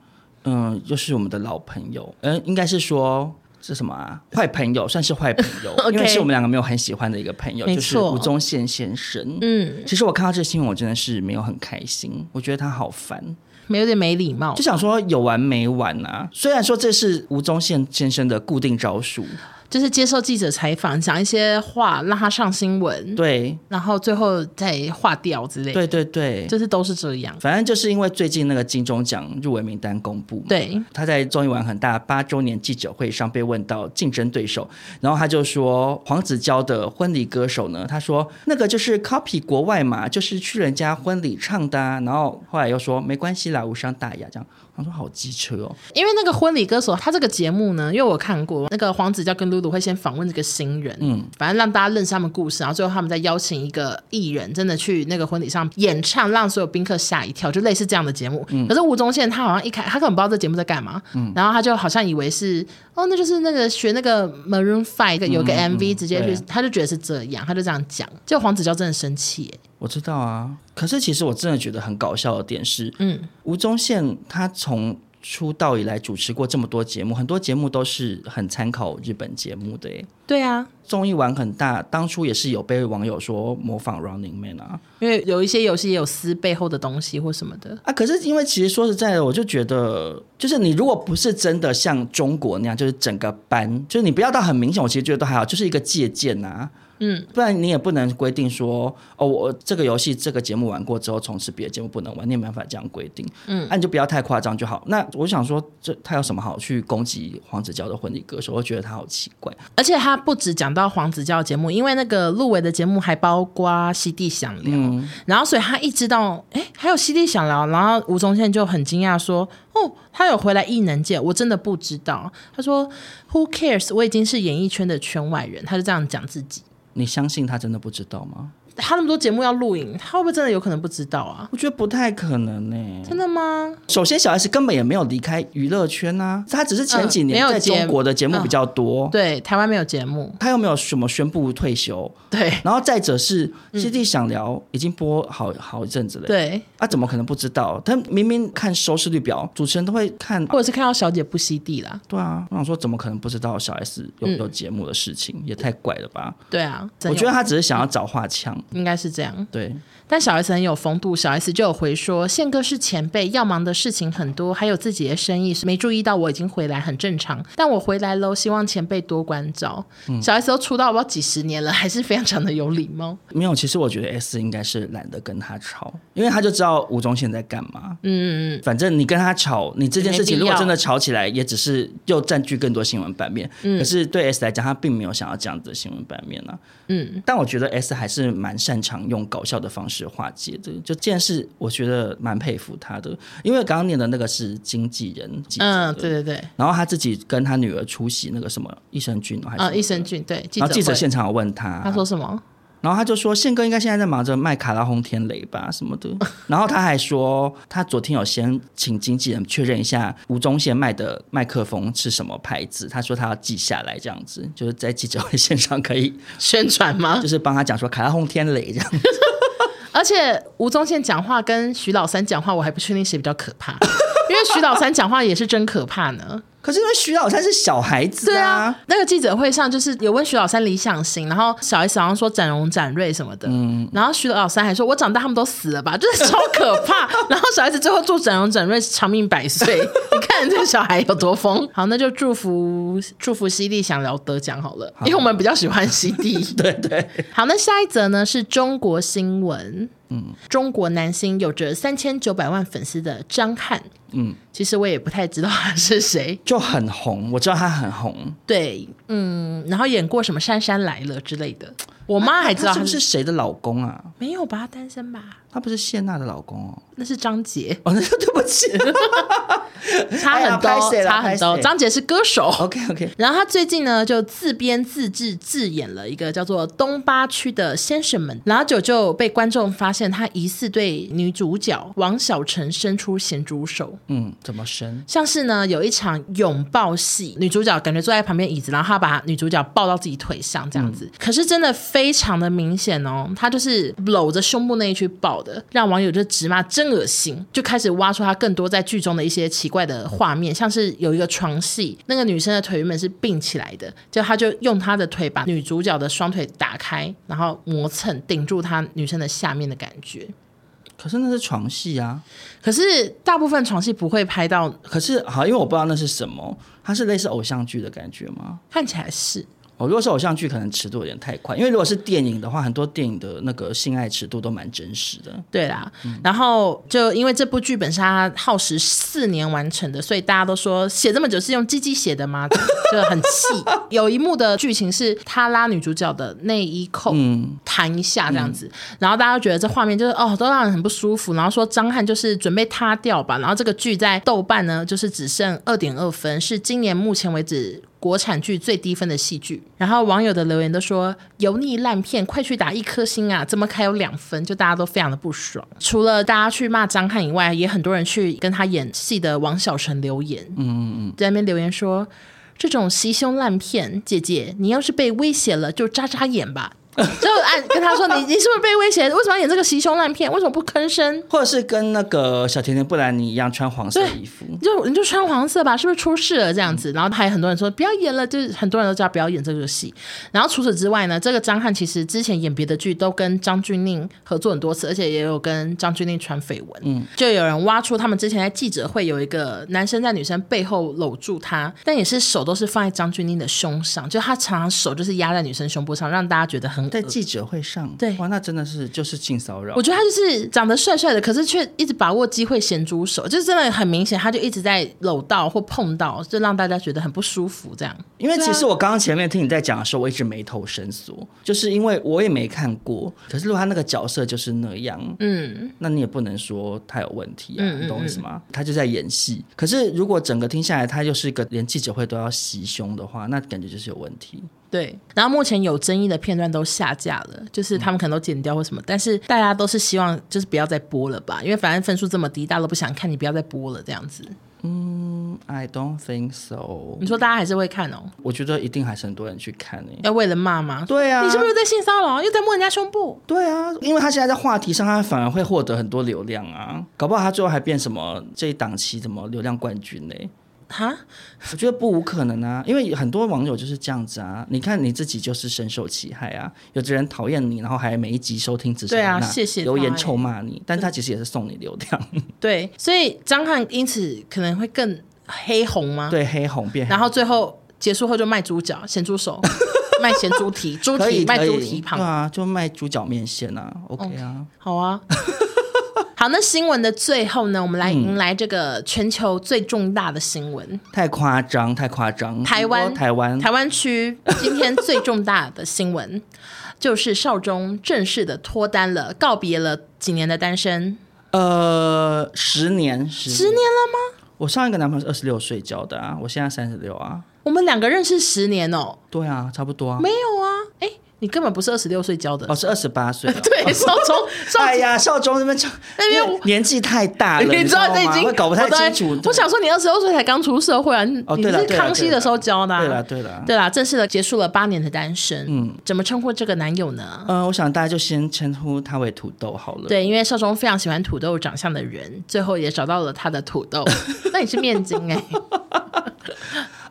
嗯，又是我们的老朋友，嗯，应该是说是什么啊？坏朋友，算是坏朋友
OK
因为是我们两个没有很喜欢的一个朋友，
没
就是
错
吴宗宪先生。
嗯，
其实我看到这新闻，我真的是没有很开心，我觉得他好烦，
没有点没礼貌
就。想说有完没完啊！虽然说这是吴宗宪先生的固定招数，
就是接受记者采访，讲一些话让他上新闻，
对，
然后最后再化掉之类，
对对对，
就是都是这样。
反正就是因为最近那个金钟奖入围名单公布嘛，
对，
他在综艺玩很大八周年记者会上被问到竞争对手，然后他就说黄子佼的婚礼歌手呢，他说那个就是 copy 国外嘛，就是去人家婚礼唱的、啊，然后后来又说没关系啦，无伤大雅这样。他说好机车哦，
因为那个婚礼歌手，他这个节目呢，因为我看过那个黄子佼跟露露会先访问这个新人，嗯
嗯，
反正让大家认识他们故事，然啊后最后他们再邀请一个艺人真的去那个婚礼上演唱，让所有宾客吓一跳，就类似这样的节目。
嗯
可是吴宗宪他好像一开，他根本不知道这节目在干嘛，然后他就好像以为是哦，那就是那个学那个呃 Maroon Five 有个 MV 直接去，
嗯对
他就觉得是这样，他就这样讲，结果黄子佼真的生气、欸，
我知道啊，可是其实我真的觉得很搞笑的点是，
嗯，
吴宗宪他从出道以来主持过这么多节目，很多节目都是很参考日本节目的耶。
对啊，
综艺玩很大，当初也是有被网友说模仿 Running Man 啊
因为有一些游戏也有撕背后的东西或什么的，
啊！可是因为其实说实在的，我就觉得，就是你如果不是真的像中国那样，就是整个班，就是你不要到很明显，我其实觉得都还好，就是一个借鉴啊。
嗯，
不然你也不能规定说，哦，我这个游戏这个节目玩过之后，从此别的节目不能玩，你也没办法这样规定。嗯，那、你就不要太夸张就好。那我想说，这他有什么好去攻击黄子佼的婚礼歌手？我觉得他好奇怪。
而且他不止讲到黄子佼的节目，因为那个入围的节目还包括《西地响聊》
嗯
然后所以他一知道，哎，还有《西地响聊》，然后吴宗宪就很惊讶说：“哦，他有回来艺能界，我真的不知道。”他说：“Who cares？我已经是演艺圈的圈外人。”他就这样讲自己。
你相信他真的不知道吗？
他那么多节目要录影，他会不会真的有可能不知道啊？
我觉得不太可能欸呢、
真的吗？
首先，小 S 根本也没有离开娱乐圈啊，他只是前几
嗯没
年
有
在
节
中国的节目
嗯
比较多，
对，台湾没有节目。
他又没有什么宣布退休。
对
然后再者是《基地想聊》已经播好好一阵子了，
嗯对，
啊，怎么可能不知道？他明明看收视率表，主持人都会看。
或者是看到小姐不吸地啦。
对啊，我想说，怎么可能不知道小 S 有有节目的事情？也太怪了吧！
对啊，嗯真
我
有
觉得他只是想要找话腔。
应该是这样。
对，
但小 S 很有风度，小 S 就有回说：“宪哥是前辈，要忙的事情很多，还有自己的生意，没注意到我已经回来，很正常。但我回来喽，希望前辈多关照。
嗯
小 S 都出道不知道几十年了， 还是非常常的有礼貌。
没有，其实我觉得 S 应该是懒得跟他吵，因为他就知道吴宗宪在干嘛。
嗯，
反正你跟他吵，你这件事情
没必要
如果真的吵起来，也只是又占据更多新闻版面。
嗯
可是对 S 来讲，他并没有想要这样子的新闻版面啊。嗯，但我觉得 S 还是蛮擅长用搞笑的方式化解的。就这件事，我觉得蛮佩服他的，因为刚刚念的那个是经纪人，记者
嗯，
的
对。对对，
然后他自己跟他女儿出席那个什么益生菌哦还是什么
嗯，益生菌对记
然
者
后记者
会
现场有啊问他，
他说什么？
然后他就说宪哥应该现在在忙着卖卡拉轰天雷吧什 么的，然后他还说他昨天有先请经纪人确认一下吴宗宪卖的麦克风是什么牌子，他说他要记下来这样子，就是在记者会现场可以
宣传吗
就？是帮他讲说卡拉轰天雷这样，
而且吴宗宪讲话跟徐老三讲话，我还不确定谁比较可怕，因因为徐老三讲话也是真可怕呢。
可是因为徐老三是小孩子
对
啊
啊，，那个记者会上就是有问徐老三理想型，然后小 S 好像说展荣展瑞什么的，然后徐老三还说我长大他们都死了吧， 就是超可怕。 然后小 S 最后祝展荣展瑞长命百岁，你看这个小孩有多疯。 好，那就祝福祝福西地想聊得奖好了，因为我们比较喜欢西 地。
对对，
好，那下一则呢是中国新闻。嗯，中国男星有着三千九百万粉丝的张翰，嗯，其实我也不太知道他是谁，
就很红，我知道他很红。
对，嗯，然后演过什么《杉杉来了》之类的。我妈还知道
啊他是
他
不
是
是谁的老公啊？
没有吧？她单身吧？
他不是谢娜的老公哦。
那是张杰，
哦，那就对不 起。
差很多，
哎呀拍谁啦
差很多。
拍谁哦
张杰是歌手。
OK OK，
然后他最近呢，就自编自制自演了一个叫做《东八区的先生们》，然后就就被观众发现他疑似对女主角王小晨伸出咸猪手，
嗯，怎么生？
像是呢有一场拥抱戏，女主角感觉坐在旁边椅子，然后她把女主角抱到自己腿上这样子，可是真的非常的明显哦，她就是搂着胸部那一去抱的，让网友就直骂真恶心，就开始挖出她更多在剧中的一些奇怪的画面，像是有一个床戏，那个女生的腿原本是并起来的，就她就用她的腿把女主角的双腿打开，然后磨蹭顶住她女生的下面的感觉。
可是那是床戏啊。
可是大部分床戏不会拍到，
可是好，因为我不知道那是什么，它是类似偶像剧的感觉吗？
看起来是。
哦，如果是偶像剧，可能尺度有点太快，因为如果是电影的话，很多电影的那个性爱尺度都蛮真实的。
对啦，然后就因为这部剧本是他耗时四年完成的，所以大家都说写这么久是用鸡鸡写的吗？就很气。有一幕的剧情是他拉女主角的内衣扣，弹一下这样子，然后大家都觉得这画面就是哦，都让人很不舒服。然后说张翰就是准备塌掉吧。然后这个剧在豆瓣呢，就是只剩二点二分，是今年目前为止。国产剧最低分的戏剧，然后网友的留言都说油腻烂片，快去打一颗星啊！怎么还有两分？就大家都非常的不爽。除了大家去骂张翰以外，也很多人去跟他演戏的王小晨留言，在那边留言说：“这种袭胸烂片，姐姐，你要是被威胁了，就眨眨眼吧。”就按跟他说：“你你是不是被威胁？为什么要演这个袭胸烂片？为什么不吭声？
或者是跟那个小甜甜布兰妮一样穿黄色衣服，
你就你就哎穿黄色吧，是不是出事了这样子？”然后还有很多人说：“不要演了。”就是很多人都叫他不要演这个戏。然后除此之外呢，这个张翰其实之前演别的剧都跟张钧甯合作很多次，而且也有跟张钧甯传绯闻。嗯，就有人挖出他们之前在记者会有一个男生在女生背后搂住她，但也是手都是放在张钧甯的胸上，就他常常手就是压在女生胸部上，让大家觉得很恶
在记者会上，
对
哇，那真的是就是性骚扰
我。觉得他就是长得帅帅的，可是却一直把握机会咸猪手，就是真的很明显，他就一直在搂到或碰到，就让大家觉得很不舒服。这样，
因为其
啊
实我刚刚前面听你在讲的时候，我一直眉头深锁，就是因为我也没看过。可是如果他那个角色就是那样，
嗯，
那你也不能说他有问题啊，
嗯嗯
你懂我意思吗？他就在演戏。可是如果整个听下来，他又是一个连记者会都要袭胸的话，那感觉就是有问题。
对。然后目前有争议的片段都下架了，就是他们可能都剪掉或什么，但是大家都是希望就是不要再播了吧，因为反正分数这么低，大家都不想看，你不要再播了这样子。
I don't think so。
你说大家还是会看哦，
我觉得一定还是很多人去看诶、
要为了骂吗？
对啊，
嗯你是不是又在性骚扰？又在摸人家胸部？
对啊，因为他现在在话题上，他反而会获得很多流量啊，搞不好他最后还变什么这一档期什么流量冠军呢、
哈？
我觉得不无可能啊，因为很多网友就是这样子啊。你看你自己就是深受其害啊，有的人讨厌你，然后还每一集收听只剩
对啊
那
谢谢他
留言
欸
臭骂你，但他其实也是送你流量，
对，所以张翰因此可能会更黑红吗？
对黑红变黑
啊然后最后结束后就卖猪脚、咸猪 手、卖咸猪蹄、猪
可以
蹄卖
可以
猪蹄膀
对，啊，就卖猪脚面线啊，OK 啊，
好啊。好，那新闻的最后呢，我们来
嗯
迎来这个全球最重大的新闻——
太夸张，太夸张，
台湾
嗯台湾
台湾区今天最重大的新闻，就是少中正式的脱单了，告别了几年的单身，
呃十年十
十年了吗？
我上一个男朋友是二十六岁交的啊，我现在三十六啊，
我们两个认识十年哦，
对啊，差不多啊。
没有啊，哎，你根本不是二十六岁交的。
哦，是二十 八岁哦。
对，少中少
哎呀，少中那边就
那边我
因为年纪太大 了，
你
你
知道
吗
这已经
我搞
我
不
都在
太清楚。
我想说，你二十六岁才刚出社会啊，你
哦
你
对啦
是
对啦
康熙的时候交的、啊
对啦对啦
对啦，正式的结束了八年的单身，嗯，怎么称呼这个男友呢？
嗯、我想大家就先称呼他为土豆好了。，
对，因为少中非常喜欢土豆长相的人，最后也找到了他的土 豆。那你是面筋哎、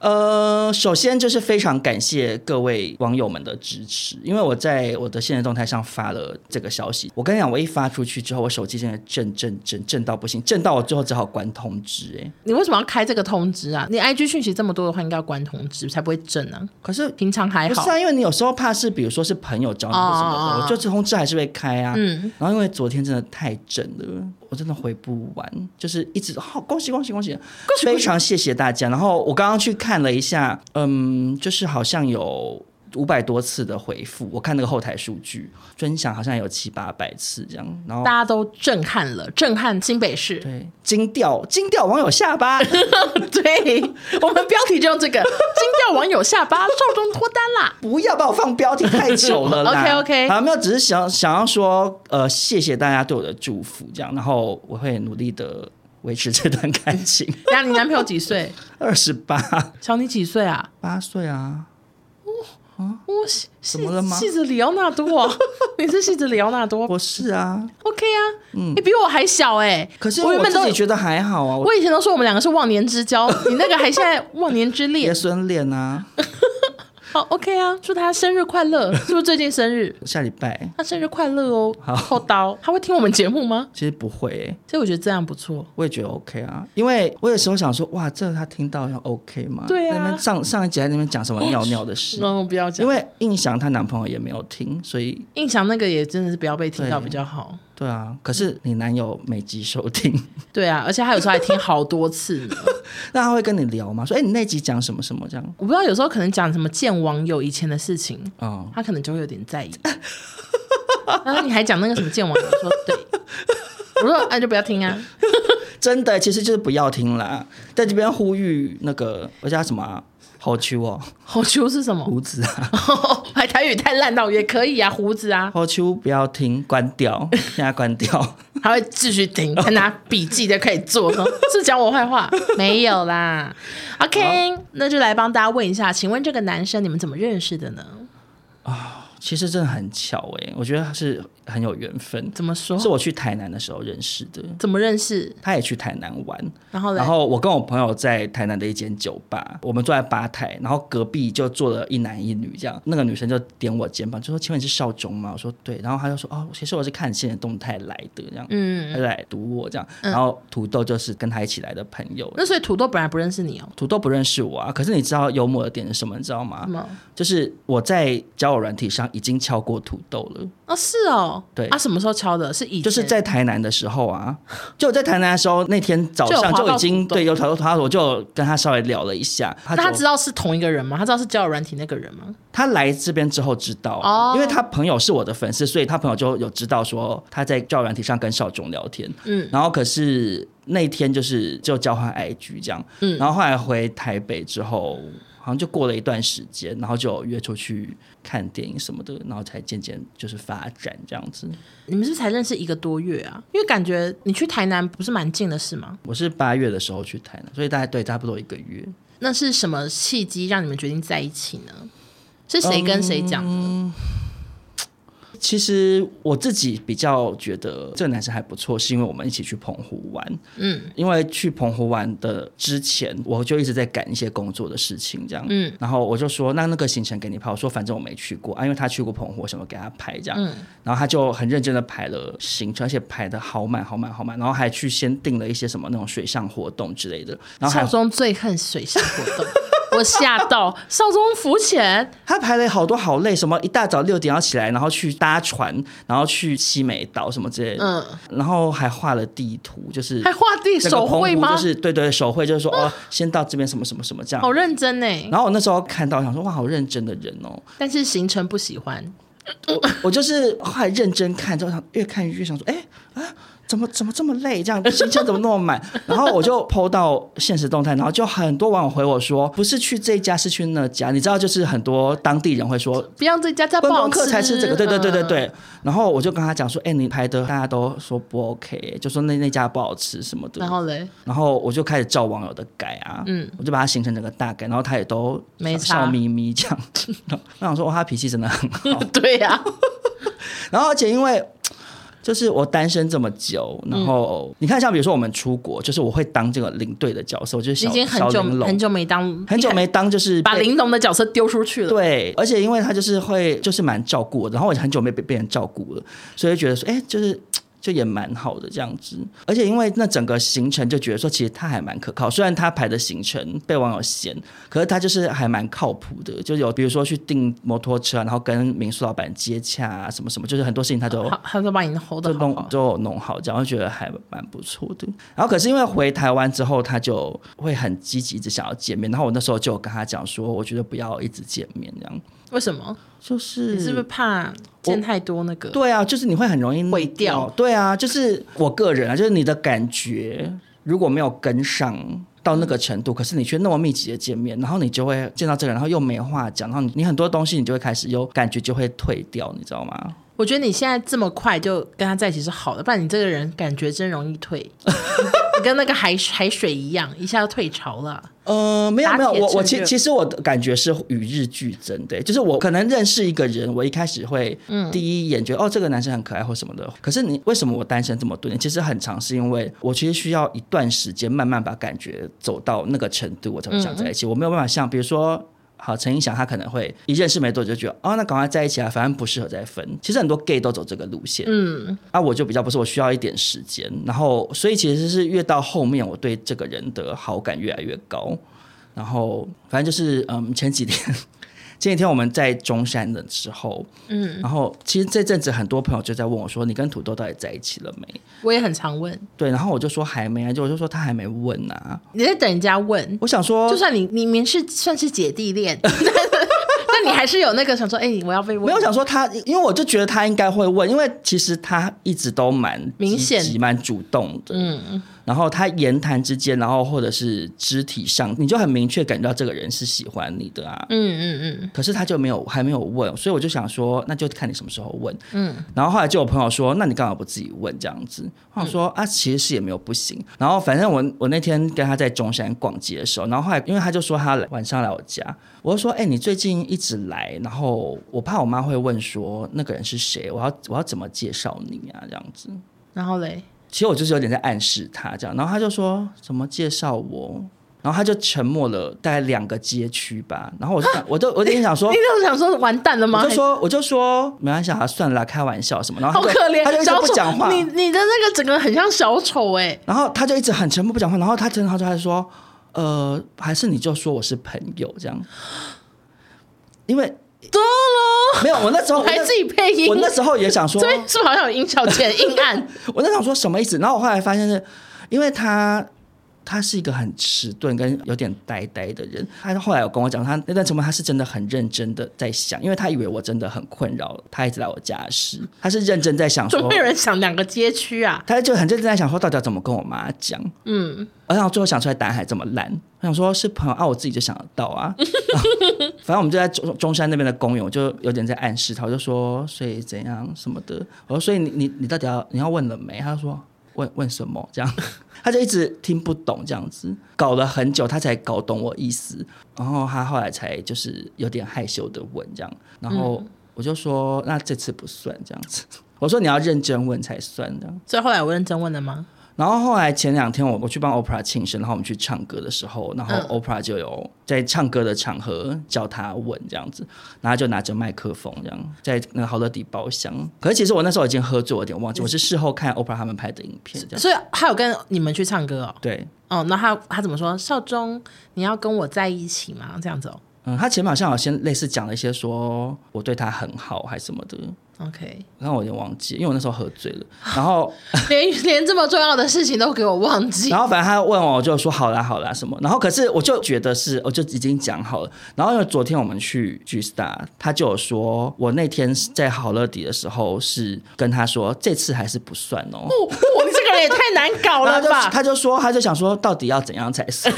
呃，首先就是非常感谢各位网友们的支持，因为我在我的现实动态上发了这个消息。我跟你讲，我一发出去之后，我手机真的震震震震到不行，震到我最后只好关通知、哎，
你为什么要开这个通知啊？你 IG 讯息这么多的话，应该要关通知才不会震啊。
可是
平常还
不
好
是，啊，因为你有时候怕是，比如说是朋友找你或什么
哦
的，
哦哦
我就通知还是会开啊。
嗯
嗯，然后因为昨天真的太正了，我真的回不完，就是一直好、恭喜恭喜恭喜，非常谢谢大家。然后我刚刚去看了一下，嗯，就是好像有。五百多次的回复，我看那个后台数据，分享好像有七八百次这样，然后
大家都震撼了，震撼新北市。
对惊掉惊掉网友下巴，
对，我们标题就用这 个：惊掉网友下巴，少中脱单啦。
不要把我放标题太久了啦。
OK，OK
好，没有，只是想想要说，呃，谢谢大家对我的祝福，这样，然后我会努力的维持这段感情。
那你男朋友几岁？
二十八
小你几岁啊？
八岁啊，
哦，戏戏
么了吗
戏子里奥纳多 哦，你是戏子里奥纳多
我是啊，
？OK 啊，你比我还小哎、
嗯可是
我原
我
本
自
都
己觉得还好啊，我
我以前都说我们两个是忘年之 交，你那个还现在忘年之
爷
恋。
孙恋啊，
好，OK 啊，祝他生日快 乐，是不是最近生日？
下礼拜
他生日快乐哦，
好
后刀，他会听我们节目吗？
其实不会、欸。
所以我觉得这样不错。
我也觉得 OK 啊，因为我有时候想说，哇，这他听到要 OK 吗？
对啊哦
那边上上一集在那边讲什么尿尿的事，
嗯，不要讲，
因
因为
为印象她男朋友也没有听，所以
印象那个也真的是不要被听到
对
比较好。
对啊，可是你男友每集收听，
对啊，而且他有时候还听好多次 呢。
那他会跟你聊吗？说，哎、你那集讲什么什么这样？
我不知道有时候可能讲什么见网友以前的事情，
哦，
他可能就会有点在意。 然后你还讲那个什么见网友，我说对， 我说哎、就不要听啊。
真的，其实就是不要听啦。在这边呼吁那个，我叫他什么、啊？好秋哦，
好球是什么？
胡 子啊，
哦还台语太烂到也可以啊，胡子啊，
好秋不要听，关掉，现在关掉。
他会继续听，他拿笔记就可以做。 说是讲我坏话？没有啦。OK，那就来帮大家问一下，请问这个男生你们怎么认识的呢？
其实真的很巧哎、我觉得是很有缘分。
怎么说？
是我去台南的时候认识的，
怎么认识？
他也去台南玩，
然后嘞
然，后我跟我朋友在台南的一间酒吧，我们坐在吧台，然后隔壁就坐了一男一女这样。那个女生就点我肩膀，就说：“请问你是少中吗？”我说：“对。”然后她就说：“哦，其实我是看现的动态来的，这样。”
嗯
她就来堵我这样。然后土豆就是跟他一起来的朋友。
那所以土豆本来不认识你哦，
土豆不认识我啊，可是你知道幽默的点是什么？你知道吗
什？么？
就是我在交友软体上已经敲过土豆了。
哦，是哦，
对
啊，什么时候敲的？是以前
就是在台南的时候啊，就我在台南的时候，那天早
就有
上
滑
就
到
已经
土豆
对有讨论他，我就跟他稍微聊了一下。
那
就
他知道是同一个人吗？他知道是交友软体那个人吗？
他来这边之后知道，
哦
因为他朋友是我的粉丝，所以他朋友就有知道说他在交友软体上跟少中聊天，
嗯
嗯，然后可是那天就是就交换 IG 这样，
嗯
嗯，然后后来回台北之后。好像就过了一段时间，然后就有约出去看电影什么的，然后才渐渐就是发展这样子。
你们是不是才认识一个多月啊？因为感觉你去台南不是蛮近的事吗？
我是八月的时候去台南，所以大概对差不多一个月。
那是什么契机让你们决定在一起呢？是谁跟谁讲的？
嗯其实我自己比较觉得这个男生还不错，是因为我们一起去澎湖玩。嗯，因为去澎湖玩的之前，我就一直在赶一些工作的事情，这样。嗯，然后我就说，那那个行程给你排，我说反正我没去过啊，因为他去过澎湖，我想说给他排这样。然后他就很认真的排了行程，而且排的好满好满好满，然后还去先订了一些什么那种水上活动之类的，然后
少
还
中最恨水上活动， 我吓到少中浮潜，
他排了好多好累，什么一大早六点要起来，然后去搭船，然后去西美岛什么之类的，
嗯
然后还画了地图，就是
还画地
那个
手绘
澎湖
吗？
就是对对手绘，就是说哦，先到这边什么什么什么这样。
好认真呢，
然后我那时候看到，想说哇，好认真的人哦！
但是行程不喜欢，
我就是后来认真看之后，想越看越想说，哎啊，怎么怎么这么累？这样行程怎么那么满？然后我就 PO 到现实动态，然后就很多网友回我说，不是去这家，是去那家。你知道，就是很多当地人会说，
不要这家家不
观
好
光
吃，
客才吃这个，对对对对
嗯
对。然后我就跟他讲说，哎、你排的大家都说不 OK，就说那那家不好吃什么的。
然后嘞，
然后我就开始照网友的改啊，
嗯
我就把它形成整个大改，然后他也都
没差
笑眯眯这样。 然后我想说，哇，他脾气真的很好。
对啊呀、
然后而且因为就是我单身这么久，然后、
嗯
你看像比如说我们出国，就是我会当这个领队的角色，我就是
你
小
已经很
小
久
玲珑
很久没当，
很久没当就是
把
被
玲珑的角色丢出去了。
对，而且因为他就是会就是蛮照顾我的，然后我也很久没被被人照顾了，所以就觉得说，哎、就是就也蛮好的这样子。而且因为那整个行程就觉得说，其实他还蛮可靠，虽然他排的行程被网友嫌，可是他就是还蛮靠谱的，就有比如说去订摩托车啊，然后跟民宿老板接洽啊，什么什么，就是很多事情他都。
好，他都把你 hold
就
得好
弄
好。
就弄好，这样我觉得还蛮不错的。然后可是因为回台湾之后，他就会很积极，一直想要见面。然后我那时候就有跟他讲说，我觉得不要一直见面这样。
为什么？
就是
你是不
嗯
是怕见太多那个？
对啊，就是你会很容易
毁
内
掉
对啊，就是我个人啊，就是你的感觉如果没有跟上到那个程度，可是你却那么密集的见面，然后你就会见到这个人，然后又没话讲，然后你你很多东西你就会开始有感觉就会退掉，你知道吗？
我觉得你现在这么快就跟他在一起是好的，不然你这个人感觉真容易 退，你你跟那个海海水一样，一下就退潮了。
呃，没有
打
没有，
铁
我我
趁
其
热
其实我的感觉是与日俱增的，就是我可能认识一个人，我一开始会
嗯
第一眼觉得、哦这个男生很可爱或什么的，可是你为什么我单身这么多年？其实很长是因为我其实需要一段时间慢慢把感觉走到那个程度，我才会想在一起。我没有办法像比如说。好，陈映响他可能会一认识没多久就觉得，哦，那赶快在一起啊，反正不适合再分。其实很多 gay 都走这个路线，
嗯，
啊，我就比较不是，我需要一点时间。然后，所以其实是越到后面，我对这个人的好感越来越高。然后，反正就是，嗯，前几天， 前几天我们在中山的时候，嗯，然后其实这阵子很多朋友就在问我说，你跟土豆到底在一起了没？
我也很常问，
对，然后我就说还没啊，就我就说他还没问啊。
你在等人家问，
我想说
就，算你你们是算是姐弟 恋，但你还是有那个想说，哎、我要被问。
没有想说他，因为我就觉得他应该会问，因为其实他一直都蛮
明显
积极蛮主动的，嗯，然后他言谈之间，然后或者是肢体上，你就很明确感觉到这个人是喜欢你的啊。
嗯嗯嗯，
可是他就没有，还没有问，所以我就想说，那就看你什么时候问。嗯，然后后来就有朋友说，那你干嘛不自己问这样子？我想说、啊，其实是也没有不行。然后反正我我那天跟他在中山逛街的时候，然后后来因为他就说他来晚上来我家，我就说，哎、你最近一直来，然后我怕我妈会问说那个人是谁，我要我要怎么介绍你啊这样子。
然后嘞，
其实我就是有点在暗示他这样，然后他就说怎么介绍我。然后他就沉默了大概两个街区吧，然后我就想我就我就想说
你，就想说完蛋了吗？
我就说，我就说没关系啊，算了啦，开玩笑什么。然后
好
他就
可怜，
他就一直
小
不
丑，
讲话，
你你的那个整个很像小丑哎、
然后他就一直很沉默不讲话。然后他真的他就还说，呃，还是你就说我是朋友这样，因为
多喽，
没有我那时候
我还
那
自己配音，
我那时候 也想说
这，边是不是好像有音效前 硬按？
我那时候想说什么意思？然后我后来发现是因为他。他是一个很迟钝跟有点呆呆的人。他后来有跟我讲，他那段沉默，他是真的很认真的在想，因为他以为我真的很困扰他一直来我家的事，他是认真在想
怎
说
么，会有人想两个街区啊？
他就很认真在想说，到底要怎么跟我妈讲。嗯，然后最后想出来答案还这么烂，我想说是朋友啊，我自己就想得到啊。 然后反正我们就在中中山那边的公园，我就有点在暗示他，我就说所以怎样什么的。我说所以你你你到底要你要问了没？他就说问问什么这样。 他就一直听不懂这样子，搞了很久，他才搞懂我意思，然后他后来才就是有点害羞的问这样，然后我就说那这次不算这样子，我说你要认真问才算这样，
所以后来我认真问了吗？
然后后来前两天我我去帮 Oprah 庆生，然后我们去唱歌的时候，然后 Oprah 就有在唱歌的场合叫他吻这样子，然后他就拿着麦克风这样在那个好乐迪包厢。可是其实我那时候已经喝醉，我有点忘记，我是事后看 Oprah 他们拍的影片这样。
所以他有跟你们去唱歌哦，
对，
哦，那他他怎么说？少中，你要跟我在一起吗？这样子哦
嗯，他前面好像有先类似讲了一些说我对他很好还什么的，
，OK，
然后我有点忘记，因为我那时候喝醉了。然后，
连连这么重要的事情都给我忘记
然，后反正他问我，我就说好啦好啦什么。然后可是我就觉得是，我就已经讲好了。然后因为昨天我们去 G Star，他就有说我那天在好乐迪的时候是跟他说这次还是不算哦。
我、哦、你这个人也太难搞
然后
了
他就
吧？
他就说，他就想说，到底要怎样才算？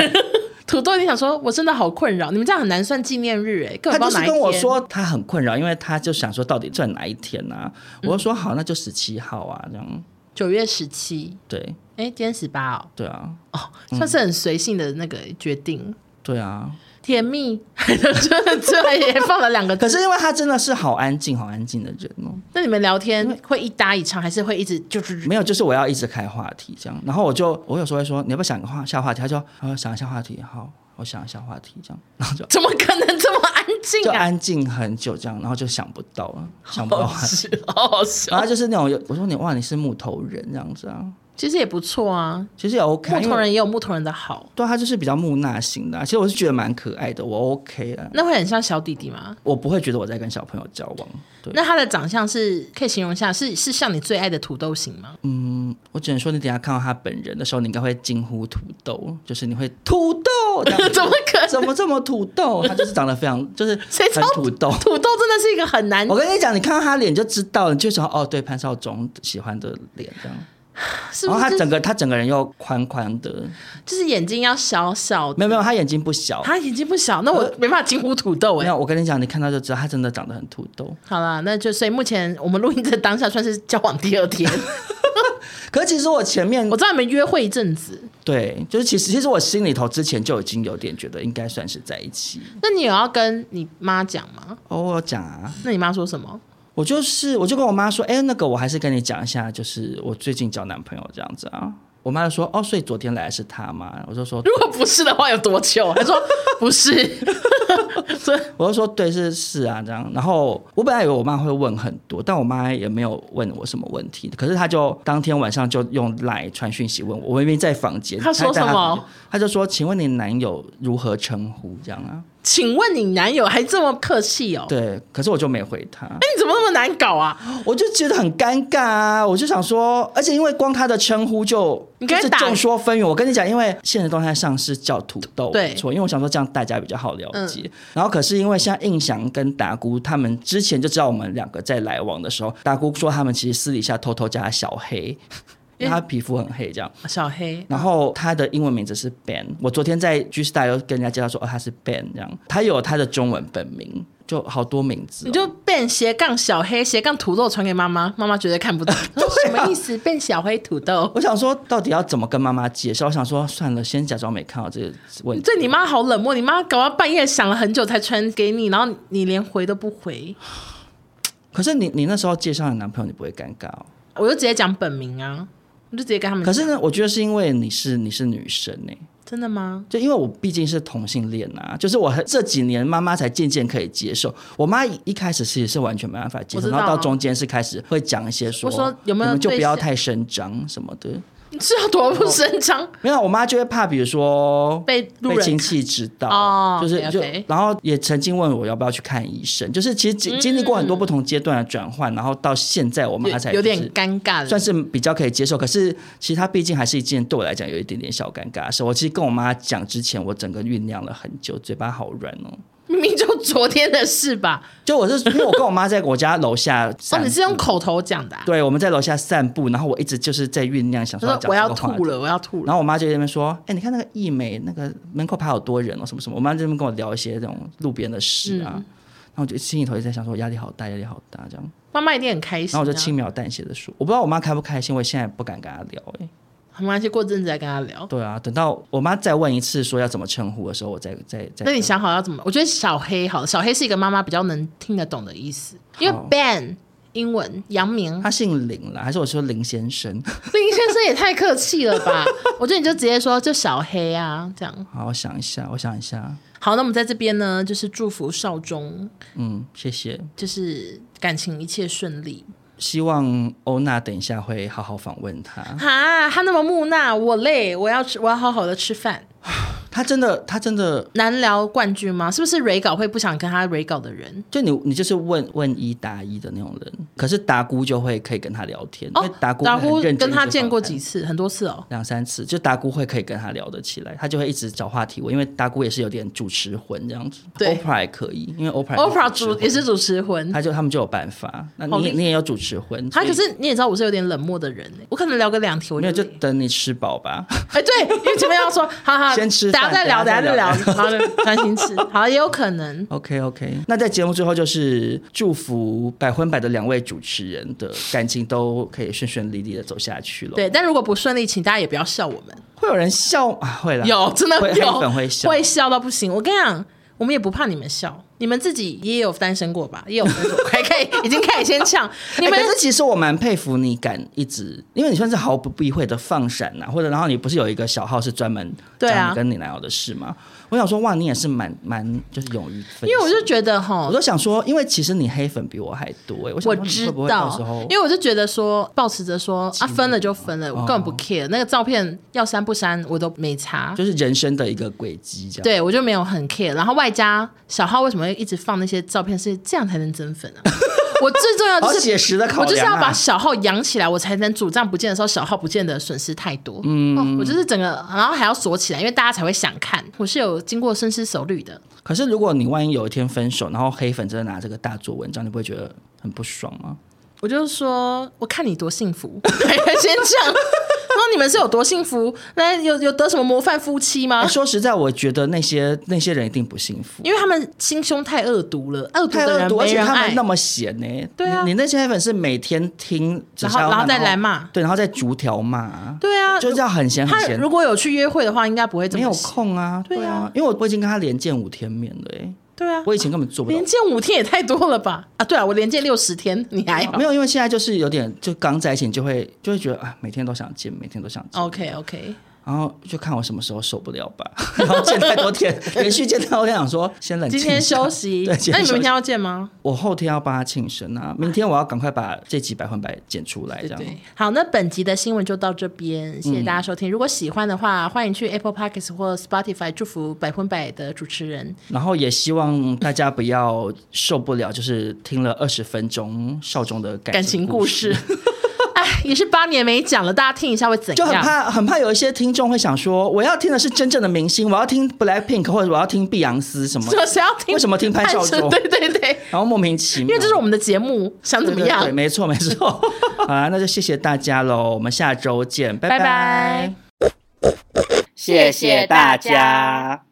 土豆，你想说，我真的好困扰，你们这样很难算纪念日 哎，根
他
本不知
就
道哪一
是跟
天。
我说他很困扰，因为他就想说到底算哪一天呢、啊？
嗯
我就说好，那就十七号啊，这样
九月十七，
对
哎，今天十八哦，
对啊，
哦，算是很随性的那个决定，
对啊。
甜蜜， 这这也放了两个字。
可是因为他真的是好安静、好安静的人哦，
那你们聊天会一搭一唱，还是会一直就是
没有，就是我要一直开话题这样。然后我就我有时候会说，你要不要想个话下话题？他就说啊，想一下话题，好，我想一下话题这样，然后就。
怎么可能这么安静
就
啊？
安静很久这样，然后就想不到了，想不 到
好
话题。
笑，好笑
然后就是那种有，我说你哇，你是木头人这样子啊，
其实也不错啊，
其实也 OK 啊。
木
因
头
为
人也有木头人的好，
对啊他就是比较木讷型的啊、其实我是觉得蛮可爱的，我 OK 啊。
那会很像小弟弟吗？
我不会觉得我在跟小朋友交往。对，
那他的长相是可以形容一下，是是像你最爱的土豆型吗？
嗯，我只能说你等一下看到他本人的时候，你应该会惊呼土豆，就是你会土豆，这样
怎么可能
怎么这么 土豆？他就是长得非常，就是
谁知
很
道
土豆。
土豆真的是一个很难
我跟你讲，你看到他脸就知道了，你就想哦，对，潘少忠喜欢的脸这样。
是
然
不
哦后他
是
整个他整个人又宽宽的，
就是眼睛要小小的？
没有没有，他眼睛不小。
他眼睛不小，那我没办法惊呼土豆哎、
没有，我跟你讲，你看他就知道，他真的长得很土豆。
好啦，那就所以目前我们录音的当下算是交往第二 天。
可是其实我前面
我知道你们约会一阵子，
对，就是其实其实我心里头之前就已经有点觉得应该算是在一起。
那你有要跟你妈讲吗？
哦，我有讲啊，
那你妈说什么？
我就是我就跟我妈说，哎、那个我还是跟你讲一下，就是我最近交男朋友这样子啊。我妈就说，哦，所以昨天来的是他吗？我就说，
如果不是的话，有多啊久？她说不是，所以
我就说对，是是啊，这样。然后我本来以为我妈会问很多，但我妈也没有问我什么问题。可是她就当天晚上就用来传讯息问我，我明明在房间，
她说
在
什么
房间？她就说：“请问你男友如何称呼？”这样啊，
请问你男友还这么客气哦？
对。可是我就没回她，
哎，你怎么那么难搞啊？
我就觉得很尴尬啊！我就想说，而且因为光她的称呼就
你可以
就是
打
众说纷纭。我跟你讲，因为现实动态上是叫土豆，
对嗯
没错，因为我想说这样大家比较好了解。然后可是因为像印翔跟达姑他们之前就知道我们两个在来往的时候，达姑说他们其实私底下偷偷叫他小 黑，因为他皮肤很黑这样。
小黑，
然后他的英文名字是 Ben，我昨天在 G Star 又跟人家介绍说，哦，他是 Ben 这样，他有他的中文本名，就好多名字、哦。
你就变斜杠小黑，斜杠土豆传给妈妈，妈妈 绝对啊看不懂，说什么意思？变小黑土豆？
我想说，到底要怎么跟妈妈介绍？我想说，算了，先假装没看到这个问题。
对你妈好冷漠，你妈搞到半夜想了很久才传给你，然后你连回都不回，
可是你你那时候介绍你男朋友，你不会尴尬哦。
我就直接讲本名啊，我就直接跟他们
可
讲。
是呢，我觉得是因为你是你是女生呢、
真的吗？
就因为我毕竟是同性恋啊，就是我这几年妈妈才渐渐可以接受。我妈一一开始其实是完全没办法接
我
受，
知道
然
啊
后到中间是开始会讲一些说，
我说有没有
你们就
对
不要
象
太声张什么的。
你是要多不声张？
没有，我妈就会怕，比如说
哦被路人
被亲戚知道，
哦
就是
OK，
就
OK，
然后也曾经问我要不要去看医生，就是其实经经历过很多不同阶段的转换，然后到现在我妈才
嗯有有点
就是
尴尬了，
算是比较可以接受，可是其实她毕竟还是一件对我来讲有一点点小尴尬的事。我其实跟我妈讲之前，我整个酝酿了很久，嘴巴好软哦。
明明就昨天的事吧？
就我是因为我跟我妈在我家楼 下
哦
散，步，
你是用口头讲的、啊，
对，我们在楼下散步，然后我一直就是在酝酿，想
就
说要
是
讲
我要
这个话题
吐了，我要吐了。
然后我妈就在那边说：“哎、你看那个艺美那个门口排好多人哦，什么什么。”我妈在那边跟我聊一些这种路边的事啊，
嗯
然后我就心里头一直在想说压力好大，压力好大这样。
妈妈一定很开心、啊。
然后我就轻描淡写的说：“我不知道我妈开不开心，我现在不敢跟她聊、哎，
没关系，过阵子再跟他聊。
对啊，等到我妈再问一次说要怎么称呼的时候，我再再再。
那你想好要怎么？我觉得小黑好了，小黑是一个妈妈比较能听得懂的意思，因为
好
Ben 英文杨明
她姓林啦，还是我说林先生？
林先生也太客气了吧？ 我觉得你就直接说就小黑啊，这样
好，我想一下，我想一下。
好。那我们在这边呢，就是祝福少中，
嗯，谢谢。
就是感情一切顺利。
希望欧娜等一下会好好访问她。
哈，他那么木讷，我累，我要吃，我要好好的吃饭。
他真的，他真的，
难聊冠军吗？是不是 re 稿会不想跟他 re 稿的人？
就你你就是问问一答一的那种人。可是达姑就会可以跟他聊天，
哦
因为，达姑
达
会很
姑
认真
跟
地
他
去
见
访
过
谈
几次，很多次 哦。
两三次，就达姑会可以跟他聊得起来，他就会一直找话题问，因为达姑也是有点主持魂这样子。
对
Oprah 也可以，因为 Oprah 也是
OPRA
持
主
魂
也是，主持魂，
他就他们就有办法。那
好
你也
厉
你也有主持魂，
他
所以
可是你也知道我是有点冷漠的人、欸，我可能聊个两题我
没有就
累
等你吃饱 吧。
哎、对，因为前面要说，好好，
先吃
等下
饭
再聊，
等
等
下
下再聊
再聊，
好的，专心吃，好，也有可 能
OK OK，那在节目最后就是祝福百分百的两位主持人的感情都可以顺顺利利的走下去了。
对，，但如果不顺利，请大家也不要笑我们，
会有人笑啊，会啦，
有真的
会
有
黑粉会笑，
笑到不行。我跟你讲，我们也不怕你们笑，你们自己也有单身过吧？也 有分手，还可以，已经开始先呛你
欸
们
可。是其实我蛮佩服你敢一直，因为你算是毫不避讳的放闪啊呐、或者然后你不是有一个小号是专门
对啊
讲你跟你男友的事吗？我想说哇，你也是蛮蛮就是勇于分享，
因为我就觉得哈
我，都想说，因为其实你黑粉比我还多、欸，我想
我
说你
知
会不会
道
到时候，嗯
因为我就觉得说，保持着说啊，分了就分了，我根本不 care，、那个照片要删不删我都没差，
就是人生的一个轨迹这样。
对我就没有很 care。然后外加小号为什么会一直放那些照片，是这样才能增 粉啊？我最重要就
好
是。
写实的考
我
量、啊，
就是要把小号养起来，我才能主账不见的时候，小号不见的损失太多。嗯、哦，我就是整个，然后还要锁起来，因为大家才会想看。我是有经过深思熟虑的，
可是如果你万一有一天分手，然后黑粉真的拿这个大做文章，你不会觉得很不爽吗？
我就说，我看你多幸福， 先这样。然后你们是有多幸福？那有有得什么模范夫妻吗
欸、？说实在，我觉得那些那些人一定不幸福。
因为他们心胸太恶毒了，恶毒
太
的
恶
人
毒，而
没
且
人
他们
爱
那。么闲呢、
对啊
你你那些黑粉是每天听，只
然
是
后
要
然后再来骂
对，然后再逐条骂，
对啊，
就是要很闲很
他
闲，
如果有去约会的话，应该不会这
没
么
有
闲
空啊，
对啊
对啊，因为我我已经跟他连见五天面了、欸，
对啊，
我以前根本做不到
连。见五天也太多了吧？啊，对啊，我连见六十天，你还好
没有，因为现在就是有点，就刚在一起，你就会就会觉得啊，每天都想见，每天都想见，
？OK OK，
然后就看我什么时候受不了吧。 然后见太多 天，连续见太多天，想说先冷静
今
一下。
天休息
对，今
那你们
天休
明
息
天要见吗？
我后天要帮他庆生啊，明天我要赶快把这集百分百剪出来，这样。嗯
对，好，那本集的新闻就到这边，谢谢大家收听。如果喜欢的话，欢迎去 Apple Podcast 或 Spotify 祝福百分百的主持人。
然后也希望大家不要受不了，就是听了二十分钟少中的感
感情
情
故事
事，，
哎，也是八年没讲了，大家听一下会怎
就很
样？
怕很怕有一些听众会想说，我要听的是真正的明星，我要听 BLACKPINK 或者我要听碧昂 斯什么，
说谁要听？
为什么听潘少
春
忠
对对对，
然后莫名其妙，
因为这是我们的节目，想怎么样
对对对？没错没 错，好啦，那就谢谢大家喽，我们下周见，拜
拜拜
谢谢大家。